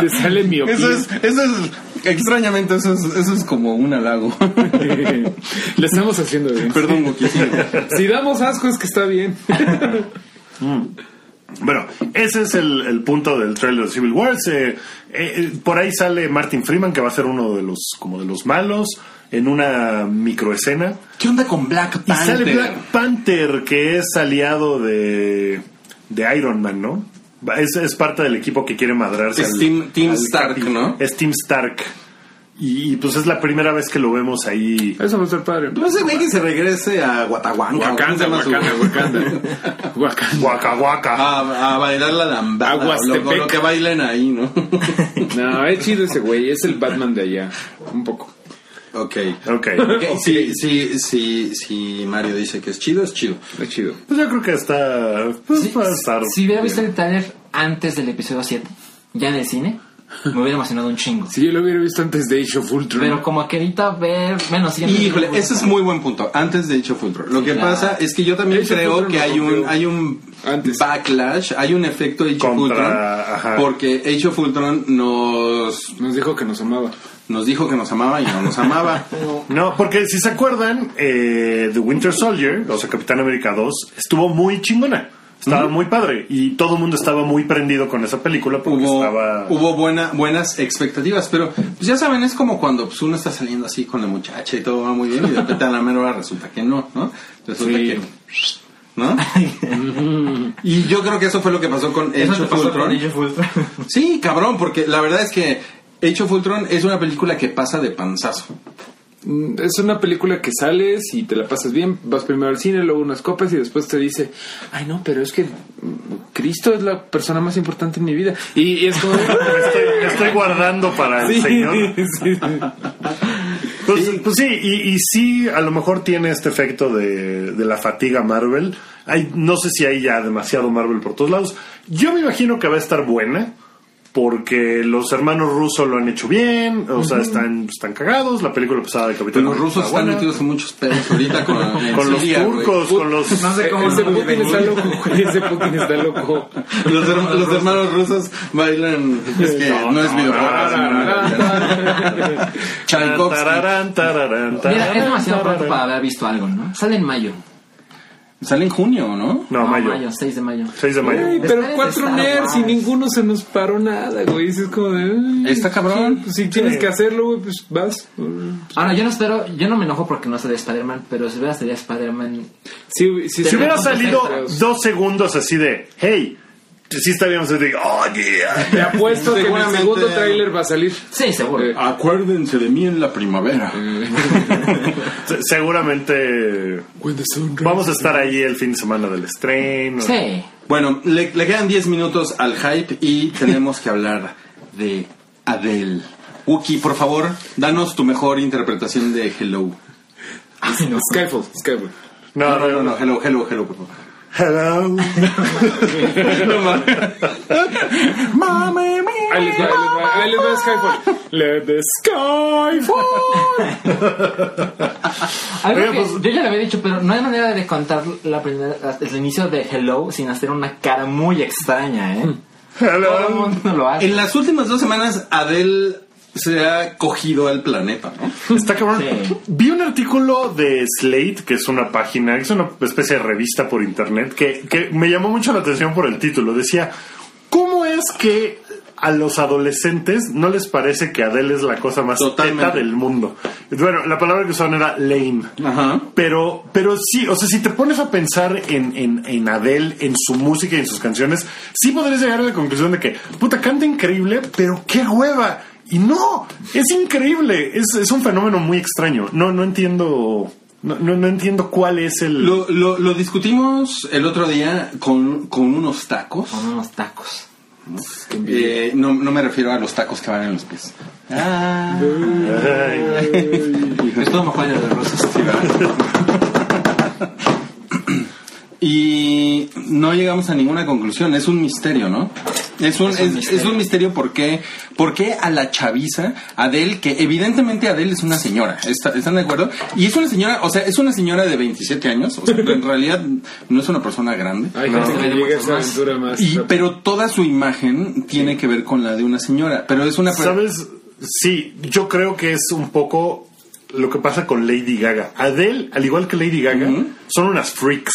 Speaker 5: te sale mi
Speaker 1: Eso es, eso es, extrañamente, eso es, eso es como un halago.
Speaker 5: [LAUGHS] Lo estamos haciendo [LAUGHS] bien.
Speaker 1: Perdón, Buki, sigue.
Speaker 5: Si damos asco es que está bien.
Speaker 2: Bueno, ese es el, el punto del trailer de Civil War. Se- eh, eh, por ahí sale Martin Freeman, que va a ser uno de los, como de los malos, en una microescena.
Speaker 1: ¿Qué onda con Black
Speaker 2: Y
Speaker 1: Panther?
Speaker 2: sale Black Panther, que es aliado de, de Iron Man, ¿no? Va- Es, es parte del equipo que quiere madrarse.
Speaker 1: Es Team- Team Stark,
Speaker 2: Capi.
Speaker 1: ¿no?
Speaker 2: Es Team Stark. Y, y, pues es la primera vez que lo vemos ahí.
Speaker 5: Eso va a estar padre.
Speaker 1: No sé, Pues güey, que se regrese a Guatahuanca. ¿cómo se
Speaker 5: Wakanda,
Speaker 1: llama su-
Speaker 5: Wakanda, Wakanda. [LAUGHS] Wakanda.
Speaker 2: Guaca,
Speaker 1: [LAUGHS]
Speaker 2: guaca.
Speaker 1: A, a bailar la lambada.
Speaker 5: Aguastepec.
Speaker 1: Lo, lo que bailen ahí,
Speaker 5: [LAUGHS]
Speaker 1: ¿no?
Speaker 5: No, es chido ese güey, es el Batman de allá, un poco.
Speaker 1: ok.
Speaker 2: Ok.
Speaker 1: Sí, sí, sí, sí, Mario dice que es chido, es chido.
Speaker 5: Es chido.
Speaker 2: Pues yo creo que está. Pues va a estar
Speaker 3: Si hubiera visto
Speaker 2: bien.
Speaker 3: el trailer, antes del episodio 7, ya en el cine, me hubiera emocionado un chingo.
Speaker 5: Si yo lo hubiera visto antes de Age of Ultron.
Speaker 3: Pero como que ahorita ver. Bueno, sí, ya me-
Speaker 1: Híjole, ese es muy buen punto. Antes de Hecho Fultron. Lo que
Speaker 3: claro.
Speaker 1: pasa es que yo también
Speaker 5: Hecho
Speaker 1: creo
Speaker 5: Fultron
Speaker 1: que
Speaker 5: lo
Speaker 1: hay un,
Speaker 5: rompió.
Speaker 1: hay un
Speaker 5: Antes.
Speaker 1: backlash, hay un efecto de Hecho
Speaker 2: Contra-
Speaker 1: Fultron.
Speaker 2: ajá.
Speaker 1: Porque Hecho Fultron nos,
Speaker 5: Nos dijo que nos amaba.
Speaker 1: nos dijo que nos amaba y no nos amaba.
Speaker 2: [LAUGHS] No, porque si se acuerdan, eh, The Winter Soldier, o sea, Capitán América 2, estuvo muy chingona. Estaba muy padre. Y todo el mundo estaba muy prendido con esa película porque
Speaker 1: hubo,
Speaker 2: estaba.
Speaker 1: hubo buena, buenas expectativas, pero pues ya saben, es como cuando pues, uno está saliendo así con la muchacha y todo va muy bien y de repente a la mera hora resulta que no, ¿no? Resulta que...
Speaker 3: [LAUGHS]
Speaker 1: ¿No? y yo creo que eso fue lo que pasó con
Speaker 3: Eso
Speaker 1: Age
Speaker 3: te
Speaker 1: of
Speaker 3: pasó con
Speaker 1: Ultron.
Speaker 3: Age of Ultron.
Speaker 1: Sí, cabrón, porque la verdad es que Age of Ultron es una película que pasa de panzazo.
Speaker 5: Mm, Es una película que sales y te la pasas bien. Vas primero al cine, luego unas copas y después te dice, ay no, pero es que mm, Cristo es la persona más importante en mi vida. Y, y es
Speaker 2: [LAUGHS]
Speaker 5: como...
Speaker 2: Me estoy, me estoy guardando para el
Speaker 5: [LAUGHS] Sí,
Speaker 2: señor.
Speaker 5: sí.
Speaker 2: Pues sí, pues sí, y, y sí, a lo mejor tiene este efecto de, de la fatiga Marvel. Hay, no sé si hay ya demasiado Marvel por todos lados. Yo me imagino que va a estar buena, porque los hermanos rusos lo han hecho bien, o sea, están, están cagados. La película pasada de Capitán
Speaker 1: los
Speaker 2: América
Speaker 1: rusos
Speaker 2: está
Speaker 1: están
Speaker 2: buena.
Speaker 1: metidos en muchos pedos ahorita [LAUGHS] con, en
Speaker 2: con los
Speaker 1: Siria, güey.
Speaker 2: turcos, [LAUGHS] con los... eh,
Speaker 3: No sé cómo
Speaker 5: Ese
Speaker 3: no lo
Speaker 5: Putin
Speaker 3: vi
Speaker 5: está
Speaker 3: venir.
Speaker 5: loco, güey, Ese Putin está
Speaker 2: [LAUGHS]
Speaker 5: loco.
Speaker 1: Los, herma- los hermanos rusos bailan. Es que no, es videojuego. sino- Tchaikovsky.
Speaker 2: Tararán, tararán,
Speaker 3: Mira,
Speaker 2: tararán,
Speaker 3: es demasiado pronto
Speaker 2: tararán.
Speaker 3: para haber visto algo, ¿no? Sale en mayo.
Speaker 1: Sale en junio, ¿no?
Speaker 2: No, mayo.
Speaker 3: 6 de mayo.
Speaker 2: 6 de mayo.
Speaker 5: Ay,
Speaker 3: Está
Speaker 5: pero
Speaker 3: en
Speaker 5: cuatro
Speaker 3: Star
Speaker 5: nerds
Speaker 3: Wars.
Speaker 5: y ninguno se nos paró nada, güey. Es como de... ay,
Speaker 1: Está cabrón.
Speaker 5: pues, Si tienes que hacerlo, güey, pues vas.
Speaker 3: Ahora, yo no espero, yo no me enojo porque no sale Spider-Man, pero si hubiera salido Spider-Man,
Speaker 5: Sí, güey, sí,
Speaker 2: Si
Speaker 5: sí.
Speaker 2: hubiera
Speaker 3: Puntos
Speaker 2: salido
Speaker 5: extras.
Speaker 2: dos segundos así de, hey, sí estaríamos así de, oh, yeah.
Speaker 5: Te apuesto que en el
Speaker 1: Seguramente-
Speaker 5: segundo tráiler va a salir.
Speaker 3: sí, seguro.
Speaker 5: Eh,
Speaker 1: Acuérdense de mí en la primavera.
Speaker 2: Se- Seguramente vamos a estar ahí el fin de semana del estreno.
Speaker 3: Sí.
Speaker 1: Bueno, le, le quedan 10 minutos al hype y tenemos que hablar de Adele. Wookie, por favor, danos tu mejor interpretación de Hello.
Speaker 5: Skyfall, Skyfall.
Speaker 2: No, no, no. no.
Speaker 1: Hello, hello, hello, por favor.
Speaker 3: [LAUGHS]
Speaker 2: Hello.
Speaker 5: Ahí les va, ahí les va, ahí les va Skyfall. Let the sky fall.
Speaker 3: Algo
Speaker 2: Oiga,
Speaker 3: que
Speaker 2: pues-
Speaker 3: yo ya lo había dicho, pero no hay manera de contar la primera, el inicio de Hello sin hacer una cara muy extraña,
Speaker 2: Hmm.
Speaker 3: ¿eh? Todo el
Speaker 2: Hello.
Speaker 3: mundo lo hace.
Speaker 1: En las últimas dos semanas, Adele se ha cogido al planeta, ¿no?
Speaker 2: [LAUGHS] Está cabrón.
Speaker 3: Sí.
Speaker 2: Vi un artículo de Slate, que es una página, es una especie de revista por internet, que, que me llamó mucho la atención por el título. Decía, ¿cómo es que a los adolescentes no les parece que Adele es la cosa más teta
Speaker 1: Totalmente.
Speaker 2: del mundo? Bueno, la palabra que usaban era lame.
Speaker 1: Ajá.
Speaker 2: Pero, pero sí, o sea, si te pones a pensar en, en, en Adele, en su música y en sus canciones, sí podrías llegar a la conclusión de que, puta, canta increíble, pero qué hueva. Y no, es increíble, es, es un fenómeno muy extraño. No, no entiendo, no, no, no entiendo cuál es el...
Speaker 1: Lo, lo, lo discutimos el otro día con, con unos tacos.
Speaker 3: Con unos tacos.
Speaker 1: Eh, no, no me refiero a los tacos que van en los pies. Ah,
Speaker 2: Ay,
Speaker 3: Estuvo mejor en el de rusos.
Speaker 1: sí, ¿verdad? y no llegamos a ninguna conclusión. Es un misterio, ¿no? Es un, es, es un misterio, por qué, por qué a la chaviza, Adele, que evidentemente Adele es una señora, ¿está- ¿están de acuerdo? Y es una señora, o sea, es una señora de 27 años, [LAUGHS] o sea, en realidad no es una persona grande.
Speaker 5: Hay
Speaker 3: No.
Speaker 5: gente que
Speaker 3: Tiene
Speaker 5: llega a
Speaker 3: muchos
Speaker 5: esa
Speaker 3: más.
Speaker 5: aventura más.
Speaker 1: Y, pero toda su imagen tiene que ver con la de una señora. Pero es una persona.
Speaker 2: ¿Sabes? Sí, yo creo que es un poco lo que pasa con Lady Gaga. Adele, al igual que Lady Gaga, son unas freaks,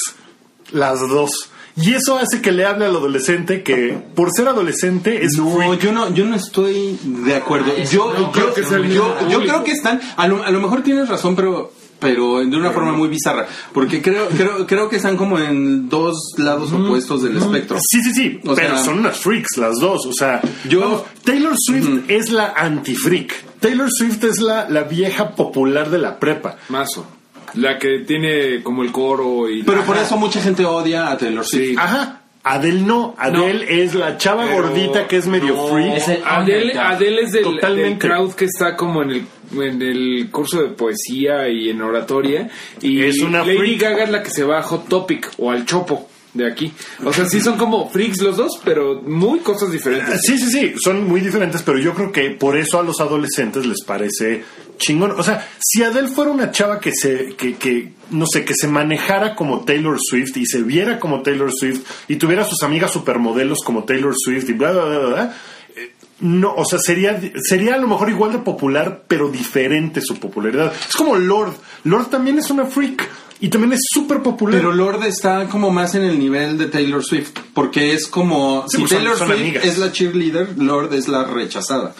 Speaker 2: las dos. Y eso hace que le hable al adolescente que por ser adolescente es
Speaker 1: No,
Speaker 2: freak.
Speaker 1: yo no, yo no estoy de acuerdo.
Speaker 3: Ah, eso
Speaker 1: yo,
Speaker 3: no
Speaker 1: yo,
Speaker 3: creo que sea el
Speaker 1: yo-
Speaker 3: mismo
Speaker 1: yo creo que están, a lo, a lo mejor tienes razón, pero, pero de una forma muy bizarra. Porque creo, creo, creo que están como en dos lados opuestos del espectro.
Speaker 2: Sí, sí, sí,
Speaker 1: O
Speaker 2: pero
Speaker 1: sea-
Speaker 2: son unas freaks las dos. O sea,
Speaker 1: Yo-
Speaker 2: vamos, Taylor Swift es la anti-freak. Taylor Swift es la, la vieja popular de la prepa.
Speaker 5: Mazo. La que tiene como el coro y.
Speaker 1: Pero por eso mucha gente odia a Taylor Swift.
Speaker 5: Sí.
Speaker 2: Ajá, Adele no. Adele es la chava
Speaker 5: Pero-
Speaker 2: gordita que es medio
Speaker 5: No,
Speaker 2: freak.
Speaker 3: Es el
Speaker 5: Adele,
Speaker 3: underdog.
Speaker 5: Adele es del, del
Speaker 2: Ah, Totalmente.
Speaker 5: crowd que está como en el en el curso de poesía y en oratoria y
Speaker 2: Es una
Speaker 5: Lady
Speaker 2: freak.
Speaker 5: Gaga es la que se va a Hot Topic o al Chopo de aquí. O sea, sí son como freaks los dos, pero muy cosas diferentes.
Speaker 2: Sí, sí, sí, son muy diferentes, pero yo creo que por eso a los adolescentes les parece chingón. O sea, si Adele fuera una chava que se, que, que, no sé, que se manejara como Taylor Swift y se viera como Taylor Swift y tuviera sus amigas supermodelos como Taylor Swift y bla, bla, bla, bla, bla, eh, no, o sea, sería, sería a lo mejor igual de popular, pero diferente su popularidad. Es como Lord. Lord también es una freak y también es súper popular.
Speaker 1: Pero Lorde está como más en el nivel de Taylor Swift, porque es como
Speaker 2: Sí,
Speaker 1: si
Speaker 2: pues son-
Speaker 1: Taylor
Speaker 2: son
Speaker 1: Swift
Speaker 2: amigas.
Speaker 1: es la cheerleader, Lorde es la rechazada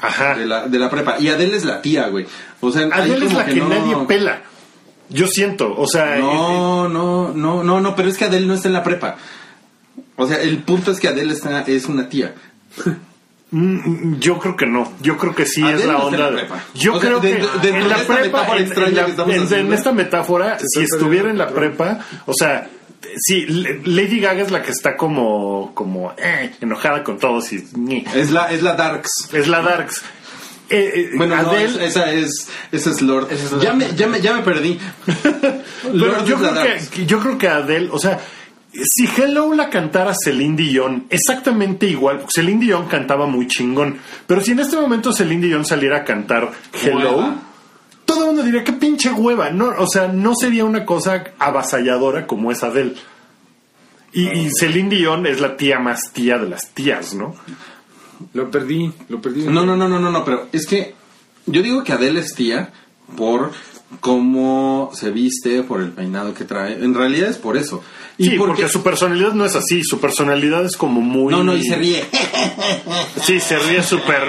Speaker 2: Ajá.
Speaker 1: de la, de la prepa y Adele es la tía, güey. O sea, ahí
Speaker 2: Adele es
Speaker 1: como
Speaker 2: la que,
Speaker 1: no-
Speaker 2: nadie pela. Yo siento, o sea, eh,
Speaker 1: No, no, no, no, no, pero es que Adele no está en la prepa. O sea, el punto es que Adele está, es una tía.
Speaker 2: mm, yo creo que no. Yo creo que sí
Speaker 1: Adele
Speaker 2: es la
Speaker 1: no está en Ah, la
Speaker 2: onda.
Speaker 1: prepa.
Speaker 2: Yo
Speaker 1: O sea,
Speaker 2: creo
Speaker 1: de-
Speaker 2: que
Speaker 1: de- dentro
Speaker 2: en
Speaker 1: de
Speaker 2: la
Speaker 1: esta
Speaker 2: prepa,
Speaker 1: metáfora
Speaker 2: en,
Speaker 1: extraña
Speaker 2: en la-
Speaker 1: que estamos
Speaker 2: en- en
Speaker 1: haciendo.
Speaker 2: esta metáfora, si estuviera en la prepa, o sea, sí, L- Lady Gaga es la que está como, como eh, enojada con todos y ñe.
Speaker 1: Es la, es la Darks.
Speaker 2: es la Darks. Eh, eh,
Speaker 1: Bueno, no,
Speaker 2: Adele-
Speaker 1: es- esa es, esa es Lord. ya, me, ya, me, ya me
Speaker 2: [LAUGHS]
Speaker 1: perdí.
Speaker 2: Pero
Speaker 1: Lorde
Speaker 2: yo
Speaker 1: es la
Speaker 2: creo,
Speaker 1: Darks.
Speaker 2: que, yo creo que Adele, o sea, si Hello la cantara Celine Dion exactamente igual, porque Celine Dion cantaba muy chingón, pero si en este momento Celine Dion saliera a cantar Hello,
Speaker 1: Hueva.
Speaker 2: todo el mundo diría que pinche hueva, no, o sea, no sería una cosa avasalladora como es Adele. Y, y Celine Dion es la tía más tía de las tías, ¿no?
Speaker 5: Lo perdí, lo perdí.
Speaker 1: No, no, no, no, no, no, pero es que yo digo que Adele es tía por cómo se viste, por el peinado que trae. En realidad es por eso.
Speaker 2: Sí, porque... su personalidad no es así, su personalidad es como muy...
Speaker 1: No, no, y se ríe. [LAUGHS]
Speaker 2: Sí, se ríe súper...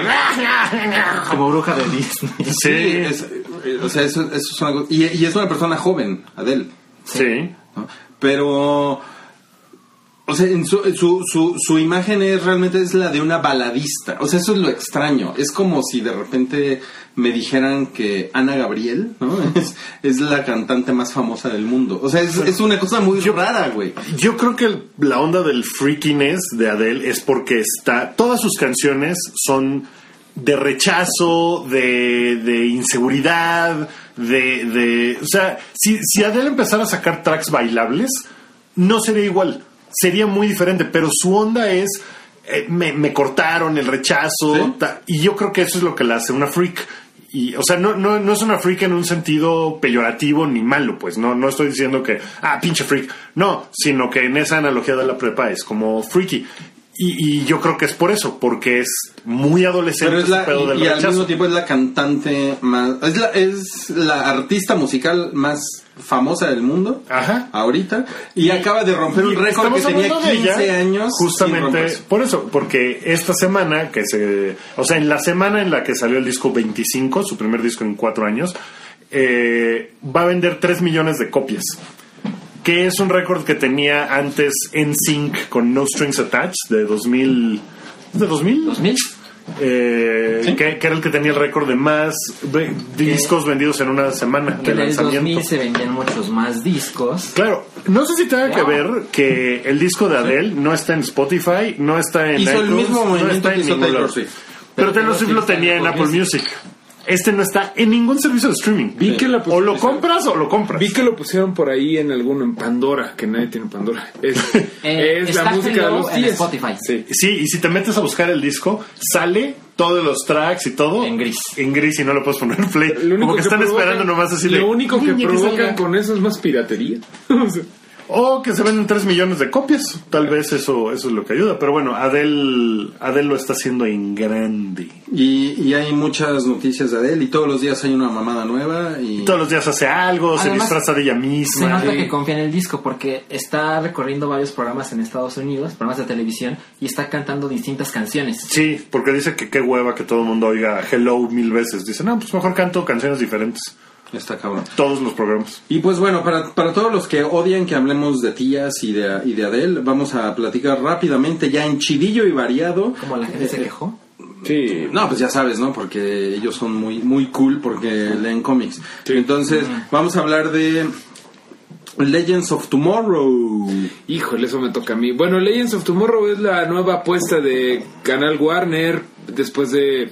Speaker 3: Como bruja de Disney.
Speaker 2: Sí,
Speaker 1: Sí, es- eh, o sea, eso, eso es una cosa- y, y es una persona joven, Adele.
Speaker 2: sí.
Speaker 1: ¿no? Pero, o sea, en su, su, su, su imagen es realmente es la de una baladista. O sea, eso es lo extraño. Es como si de repente me dijeran que Ana Gabriel, ¿no? [LAUGHS] Es, es la cantante más famosa del mundo. O sea, es, es una cosa muy rara, güey.
Speaker 2: Yo creo que el- la onda del freakiness de Adele es porque está. Todas sus canciones son de rechazo, de, de inseguridad, de, de. O sea, si, si Adele empezara a sacar tracks bailables, no sería igual. Sería muy diferente, pero su onda es. eh, me, me cortaron el rechazo.
Speaker 1: Sí.
Speaker 2: ta- y yo creo que eso es lo que la hace una freak. Y, o sea, no, no, no es una freak en un sentido peyorativo ni malo, pues no, no estoy diciendo que, ah, pinche freak, no, sino que en esa analogía de la prepa es como freaky. Y, y yo creo que es por eso, porque es muy adolescente
Speaker 1: Pero es
Speaker 2: ese
Speaker 1: la,
Speaker 2: pedo del
Speaker 1: y, y al
Speaker 2: rechazo.
Speaker 1: mismo tiempo es la cantante más, es la, es la artista musical más famosa del mundo.
Speaker 2: Ajá.
Speaker 1: Ahorita. Y, acaba de romper
Speaker 2: Y
Speaker 1: un récord que
Speaker 2: estamos
Speaker 1: tenía
Speaker 2: hablando de
Speaker 1: 15
Speaker 2: ella,
Speaker 1: años. sin
Speaker 2: Justamente
Speaker 1: romperse.
Speaker 2: por eso, porque esta semana que se. O sea, en la semana en la que salió el disco 25, su primer disco en cuatro años, eh, va a vender 3 millones de copias. Que es un récord que tenía antes en Sync con No Strings Attached de 2000. ¿De 2000?
Speaker 3: ¿2000?
Speaker 2: Eh, que, que era el que tenía el récord de más ve- discos vendidos en una semana de
Speaker 3: Que en el
Speaker 2: lanzamiento.
Speaker 3: 2000 se vendían muchos más discos.
Speaker 2: Claro, no sé si tenga que
Speaker 3: Wow.
Speaker 2: ver que el disco de Adele no está en Spotify, no está en
Speaker 1: Hizo el
Speaker 2: iTunes,
Speaker 1: mismo
Speaker 2: no
Speaker 1: movimiento
Speaker 2: está
Speaker 1: que
Speaker 2: en
Speaker 1: hizo
Speaker 2: ningún
Speaker 1: Taylor
Speaker 2: lado.
Speaker 1: Swift.
Speaker 2: Pero Taylor Swift lo tenía en Apple Music. Este no está en ningún servicio de streaming.
Speaker 5: Vi que la
Speaker 2: o lo compras o lo compras.
Speaker 5: Vi que lo pusieron por ahí en alguno, en Pandora, que nadie tiene Pandora. Es,
Speaker 2: [LAUGHS]
Speaker 3: Eh,
Speaker 5: es la
Speaker 3: está
Speaker 5: música de
Speaker 3: Hello
Speaker 5: los
Speaker 3: en
Speaker 5: tíos.
Speaker 3: Spotify.
Speaker 5: Sí.
Speaker 2: Sí, y si te metes a buscar el disco, sale todos los tracks y todo
Speaker 3: En gris.
Speaker 2: En gris y no lo puedes poner play.
Speaker 5: Lo único
Speaker 2: Como que, están
Speaker 5: provocan-
Speaker 2: esperando nomás así de.
Speaker 5: Lo único que
Speaker 2: "Niña,
Speaker 5: provocan
Speaker 2: salga".
Speaker 5: con eso es más piratería. [LAUGHS] O sea,
Speaker 2: O "Oh, que se venden 3 millones de copias. Tal vez eso, eso es lo que ayuda. Pero bueno, Adele, Adele lo está haciendo en grande.
Speaker 1: Y, y hay muchas noticias de Adele y todos los días hay una mamada nueva y...
Speaker 2: Todos los días hace algo, se
Speaker 3: Además,
Speaker 2: disfraza de ella
Speaker 3: Se
Speaker 2: misma.
Speaker 3: nota que confía en el disco porque está recorriendo varios programas en Estados Unidos, programas de televisión, y está cantando distintas canciones.
Speaker 2: Sí, porque dice que qué hueva que todo el mundo oiga hello mil veces. Dice, no, pues mejor canto canciones diferentes.
Speaker 1: Está cabrón.
Speaker 2: Todos los programas.
Speaker 1: Y pues bueno, para, para todos los que odian que hablemos de tías y de, y de Adele, vamos a platicar rápidamente ya en chidillo y variado. Eh,
Speaker 3: Como la gente se quejó.
Speaker 5: sí.
Speaker 1: No, pues ya sabes, ¿no? Porque ellos son muy, muy cool porque leen cómics. Entonces,
Speaker 3: Mm.
Speaker 1: vamos a hablar de Legends of Tomorrow.
Speaker 5: Híjole, eso me toca a mí. Bueno, Legends of Tomorrow es la nueva apuesta de Canal Warner después de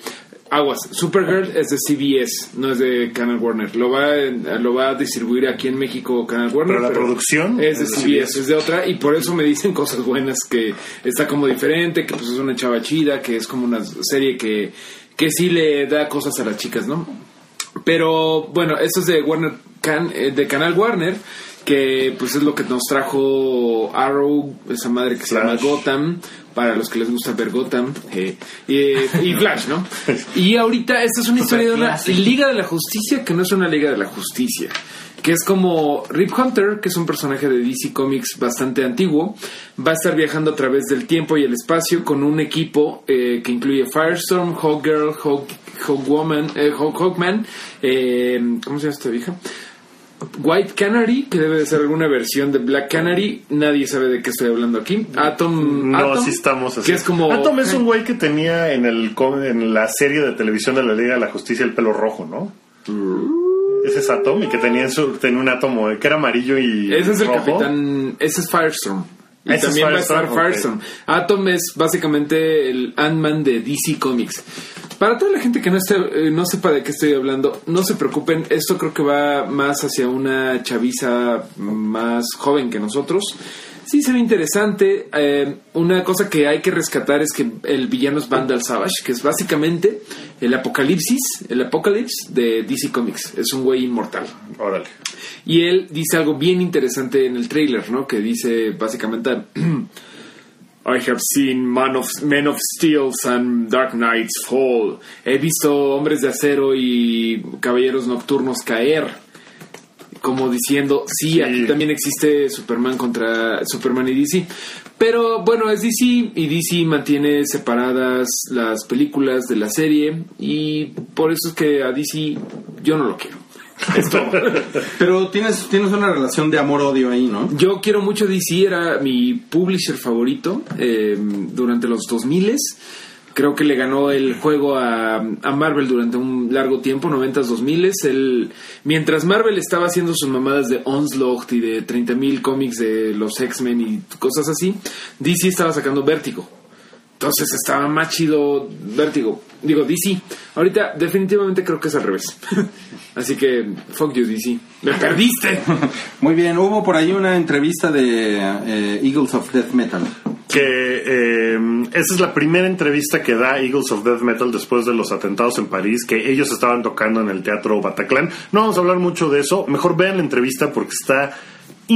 Speaker 5: Aguas, Supergirl es de CBS, no es de Canal Warner. Lo va, en- lo va a distribuir aquí en México Canal Warner.
Speaker 2: Pero la producción
Speaker 5: es de CBS, es de otra. Y por eso me dicen cosas buenas, que está como diferente, que pues es una chava chida, que es como una serie que, que sí le da cosas a las chicas, ¿no? Pero bueno, esto es de Warner Can- eh, de Canal Warner, que pues es lo que nos trajo Arrow, esa madre que
Speaker 2: Flash.
Speaker 5: se llama Gotham, para los que les gusta ver Gotham, eh, eh, y Flash, ¿no? Y ahorita esta es una historia de una
Speaker 3: Superclásico.
Speaker 5: Liga de la Justicia que no es una Liga de la Justicia, que es como Rip Hunter, que es un personaje de DC Comics bastante antiguo, va a estar viajando a través del tiempo y el espacio con un equipo eh, que incluye Firestorm, Hawkgirl, Hawk, Hawkwoman, eh, Hawk- Hawkman, eh, ¿cómo se llama esta vieja? White Canary, que debe de ser alguna versión de Black Canary, nadie sabe de qué estoy hablando aquí. Atom,
Speaker 2: No,
Speaker 5: Atom,
Speaker 2: así estamos así.
Speaker 5: que es como
Speaker 2: Atom es un güey que tenía en, el, com- en la serie de televisión de la Liga de la Justicia el pelo rojo, ¿no?
Speaker 5: Mm.
Speaker 2: Ese es Atom y que tenía, en su- tenía un átomo eh, que era amarillo y
Speaker 5: Ese es el
Speaker 2: rojo.
Speaker 5: capitán. Ese es Firestorm. Y
Speaker 2: Ese es
Speaker 5: también va a
Speaker 2: Firestorm,
Speaker 5: estar
Speaker 2: ok.
Speaker 5: Firestorm. Atom es básicamente el Ant-Man de DC Comics. Para toda la gente que no, esté, eh, no sepa de qué estoy hablando, no se preocupen. Esto creo que va más hacia una chaviza más joven que nosotros. Sí, se ve interesante. Eh, una cosa que hay que rescatar es que el villano es Vandal Savage, que es básicamente el apocalipsis, el apocalipsis de DC Comics. Es un güey inmortal.
Speaker 2: Órale.
Speaker 5: Y él dice algo bien interesante en el trailer, ¿no? Que dice básicamente... [CLEARS THROAT] I have seen man of, Men of Steel and Dark Knights fall. He visto hombres de acero y caballeros nocturnos caer. Como diciendo, sí, aquí también existe Superman contra Superman y DC. Pero bueno, es DC y DC mantiene separadas las películas de la serie. Y por eso es que a DC yo no lo quiero.
Speaker 2: [LAUGHS]
Speaker 1: Pero tienes, tienes una relación de amor-odio ahí, ¿no?
Speaker 5: Yo quiero mucho DC, era mi publisher favorito eh, durante los 2000 Creo que le ganó el juego a, a Marvel durante un largo tiempo, 90s-2000. Él, mientras Marvel estaba haciendo sus mamadas de Onslaught y de 30.000 cómics de los X-Men y cosas así, DC estaba sacando Vértigo. Entonces estaba más chido Vértigo. Digo, DC. Ahorita definitivamente creo que es al revés. [LAUGHS] así que, fuck you, DC. ¡Me perdiste!
Speaker 1: Muy bien, hubo por ahí una entrevista de eh, Eagles of Death Metal.
Speaker 2: que eh, esa es la primera entrevista que da Eagles of Death Metal después de los atentados en París, que ellos estaban tocando en el Teatro Bataclan. No vamos a hablar mucho de eso, mejor vean la entrevista porque está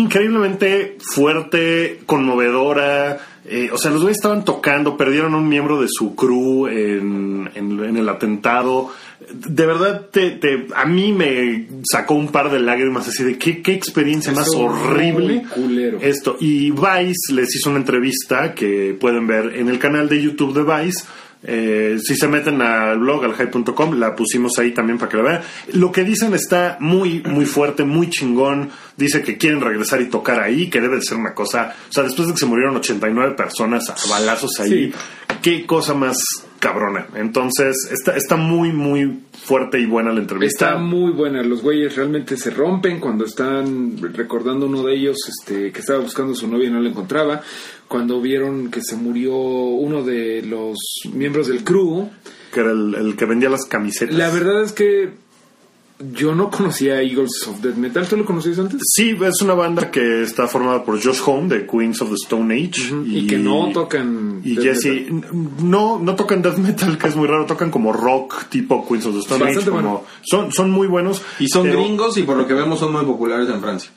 Speaker 2: increíblemente fuerte, conmovedora. eh, o sea, los güeyes estaban tocando, perdieron un miembro de su crew en, en- en el atentado. De verdad, te, te- a mí me sacó un par de lágrimas así de qué, qué experiencia más
Speaker 5: Eso,
Speaker 2: horrible.
Speaker 5: muy culero.
Speaker 2: Esto, y Vice les hizo una entrevista que pueden ver en el canal de YouTube de Vice. Eh, si se meten al blog, al high.com, la pusimos ahí también para que la vean. Lo que dicen está muy, muy fuerte, muy chingón. Dice que quieren regresar y tocar ahí, que debe de ser una cosa. O sea, después de que se murieron 89 personas a balazos ahí,
Speaker 5: Sí.
Speaker 2: qué cosa más cabrona. Entonces, está, está muy, muy fuerte y buena la entrevista.
Speaker 5: Está muy buena, los güeyes realmente se rompen cuando están recordando uno de ellos este, que estaba buscando a su novia y no la encontraba, cuando vieron que se murió uno de los miembros del crew.
Speaker 2: Que era el, el que vendía las camisetas.
Speaker 5: La verdad es que yo no conocía a Eagles of Death Metal, ¿tú lo conocías antes?
Speaker 2: Sí, es una banda que está formada por Josh Home de Queens of the Stone Age
Speaker 5: Y, que no tocan...
Speaker 2: y
Speaker 5: death
Speaker 2: Jesse
Speaker 5: metal.
Speaker 2: n- no no tocan death metal que es muy raro tocan como rock tipo Queens of the Stone Age
Speaker 5: Bastante
Speaker 2: como-
Speaker 5: bueno.
Speaker 2: son son muy buenos
Speaker 1: Y son
Speaker 2: pero-
Speaker 1: gringos y por lo que vemos son muy populares en Francia.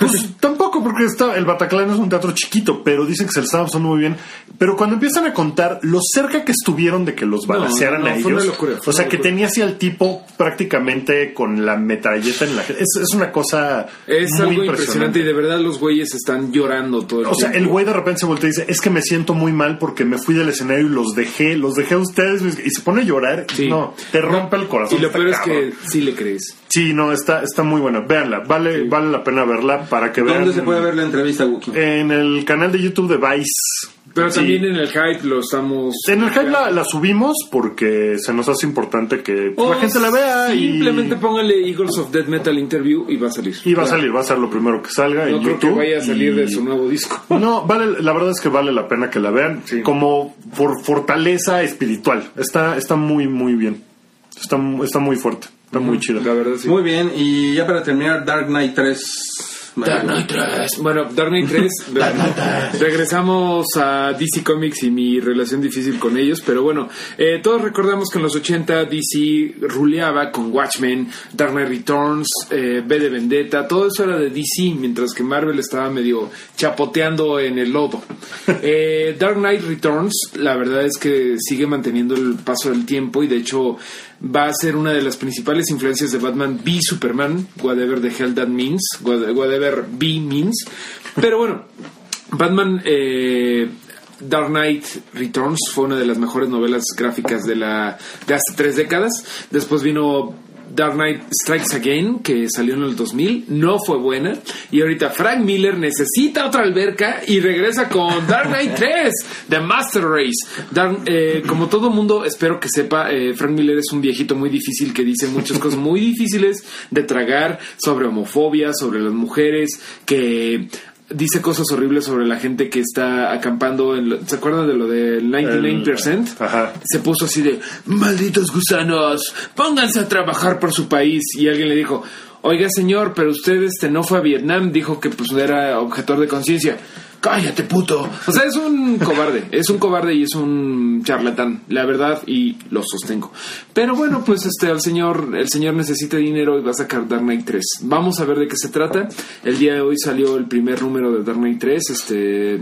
Speaker 2: pues tampoco, porque está, el Bataclan es un teatro chiquito, pero dicen que se le estaba pasando muy bien. Pero cuando empiezan a contar lo cerca que estuvieron de que los balacearan
Speaker 5: no,
Speaker 2: a
Speaker 5: no,
Speaker 2: ellos,
Speaker 5: fue una locura, fue
Speaker 2: o sea,
Speaker 5: una
Speaker 2: que
Speaker 5: locura.
Speaker 2: tenía así al tipo prácticamente con la metralleta en la es, es una cosa
Speaker 5: Es
Speaker 2: muy
Speaker 5: algo impresionante y de verdad los güeyes están llorando todo el
Speaker 2: O sea,
Speaker 5: tiempo.
Speaker 2: el güey de repente se voltea y dice, es que me siento muy mal porque me fui del escenario y los dejé, los dejé a ustedes. mis-". Y se pone a llorar.
Speaker 5: Sí.
Speaker 2: No, te rompe el corazón.
Speaker 5: Y lo
Speaker 2: está
Speaker 5: peor es
Speaker 2: cabrón.
Speaker 5: que sí le crees.
Speaker 2: Sí, no, está, está muy buena. Véanla, vale, vale la pena verla para que vean.
Speaker 5: Eh,
Speaker 1: ¿Dónde se puede ver la entrevista, Wookie?
Speaker 2: En el canal de YouTube de Vice.
Speaker 5: Pero
Speaker 2: Sí.
Speaker 5: también en el hype lo estamos.
Speaker 2: En el hype la, la subimos porque se nos hace importante que pues,
Speaker 5: O
Speaker 2: la gente la vea y-
Speaker 5: Oh, Simplemente póngale Eagles of Death Metal Interview y va a salir.
Speaker 2: y, va a salir, va a ser lo primero que salga
Speaker 5: No
Speaker 2: en
Speaker 5: creo que
Speaker 2: YouTube
Speaker 5: vaya a salir
Speaker 2: y-
Speaker 5: de su nuevo disco.
Speaker 2: No, vale, la verdad es que vale la pena que la vean
Speaker 5: Sí.
Speaker 2: como por fortaleza espiritual. Está, está muy, muy bien. Está, mu- está muy fuerte. Está muy chida.
Speaker 5: La verdad, sí.
Speaker 1: Muy bien, y ya para terminar, Dark Knight 3.
Speaker 4: Dark Knight 3.
Speaker 5: Bueno, Dark Knight
Speaker 2: [LAUGHS]
Speaker 5: 3, re- regresamos a DC Comics y mi relación difícil con ellos, pero bueno, eh, todos recordamos que en los 80 DC ruleaba con Watchmen, Dark Knight Returns, eh, B de Vendetta, todo eso era de DC, mientras que Marvel estaba medio chapoteando en el lodo. Eh, Dark Knight Returns, la verdad es que sigue manteniendo el paso del tiempo y de hecho va a ser una de las principales influencias de Batman v Superman, whatever the hell that means, what- whatever B means. Pero bueno, Batman eh, Dark Knight Returns fue una de las mejores novelas gráficas de, la, de hace tres décadas. Después vino Dark Knight Strikes Again, que salió en el 2000, no fue buena. Y ahorita Frank Miller necesita otra alberca y regresa con Dark Knight 3, The Master Race. Dark- eh, como todo mundo, espero que sepa, eh, Frank Miller es un viejito muy difícil que dice muchas cosas muy difíciles de tragar sobre homofobia, sobre las mujeres, que dice cosas horribles sobre la gente que está acampando. En lo- ¿Se acuerdan de lo del 99%? [LAUGHS]
Speaker 2: Ajá.
Speaker 5: se puso así de malditos gusanos, pónganse a trabajar por su país. Y alguien le dijo, oiga señor, pero usted este no fue a Vietnam, dijo que pues era objetor de conciencia. Cállate, puto. O sea, es un cobarde, [LAUGHS] es un cobarde y es un charlatán, la verdad, y lo sostengo. Pero bueno, pues este, al señor, el señor necesita dinero y va a sacar Dark Knight 3. Vamos a ver de qué se trata. El día de hoy salió el primer número de Dark Knight 3, este,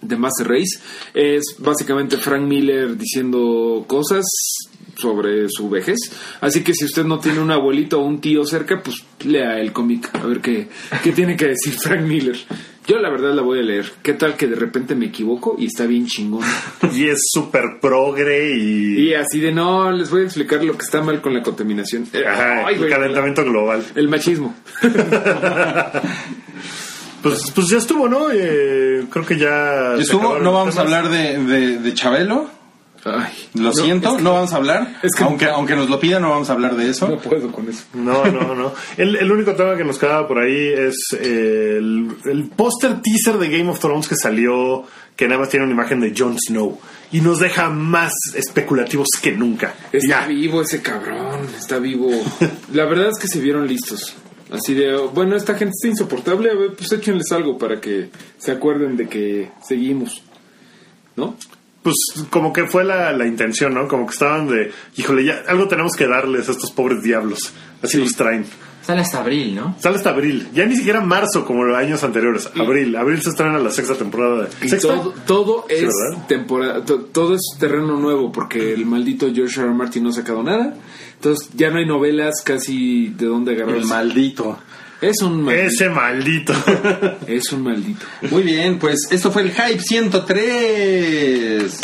Speaker 5: de Master Race es básicamente Frank Miller diciendo cosas sobre su vejez. Así que si usted no tiene un abuelito o un tío cerca, pues lea el cómic a ver qué, qué tiene que decir Frank Miller. Yo la verdad la voy a leer. ¿Qué tal que de repente me equivoco y está bien chingón?
Speaker 2: Y es súper progre y...
Speaker 5: Y así de no, les voy a explicar lo que está mal con la contaminación. Eh,
Speaker 2: Ajá,
Speaker 5: ay,
Speaker 2: el
Speaker 5: güey,
Speaker 2: calentamiento global.
Speaker 5: el machismo.
Speaker 2: Pues, pues ya estuvo, ¿no? Eh, creo que ya... se
Speaker 1: Estuvo,
Speaker 2: acabaron
Speaker 1: no
Speaker 2: los
Speaker 1: vamos a
Speaker 2: temas.
Speaker 1: hablar de, de, de Chabelo.
Speaker 5: Ay,
Speaker 1: Lo siento, no vamos a hablar.
Speaker 5: es que-
Speaker 1: aunque, aunque nos lo pidan, no vamos a hablar de eso.
Speaker 5: no puedo con eso.
Speaker 2: No, no, no. El, el único tema que nos quedaba por ahí es eh, el, el póster teaser de Game of Thrones que salió, que nada más tiene una imagen de Jon Snow. Y nos deja más especulativos que nunca.
Speaker 5: Está vivo ese cabrón, está vivo. [LAUGHS] La verdad es que se vieron listos. Así de, bueno, esta gente está insoportable, a ver, pues échenles algo para que se acuerden de que seguimos. ¿No?
Speaker 2: Pues como que fue la, la intención, ¿no? Como que estaban de, híjole, ya algo tenemos que darles a estos pobres diablos. Así los traen.
Speaker 3: Sale hasta abril, ¿no?
Speaker 2: Sale hasta abril. Ya ni siquiera marzo, como los años anteriores. Abril. Abril se estrena la sexta temporada. De...
Speaker 5: Y
Speaker 2: ¿Sexta?
Speaker 5: todo, todo
Speaker 2: Sí,
Speaker 5: es
Speaker 2: ¿verdad?
Speaker 5: temporada, to- todo es terreno nuevo porque el maldito George R. R. Martin no ha sacado nada. Entonces ya no hay novelas casi de dónde agarrar.
Speaker 1: El maldito.
Speaker 5: Es un maldito.
Speaker 2: Ese
Speaker 5: [LAUGHS]
Speaker 2: maldito.
Speaker 5: Es un maldito.
Speaker 1: Muy bien, pues esto fue el Hype 103.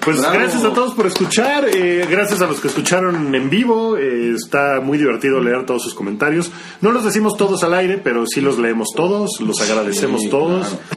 Speaker 2: Pues
Speaker 1: Bravo.
Speaker 2: gracias a todos por escuchar, eh, gracias a los que escucharon en vivo, eh, está muy divertido leer todos sus comentarios. No los decimos todos al aire, pero sí los leemos todos, los agradecemos todos.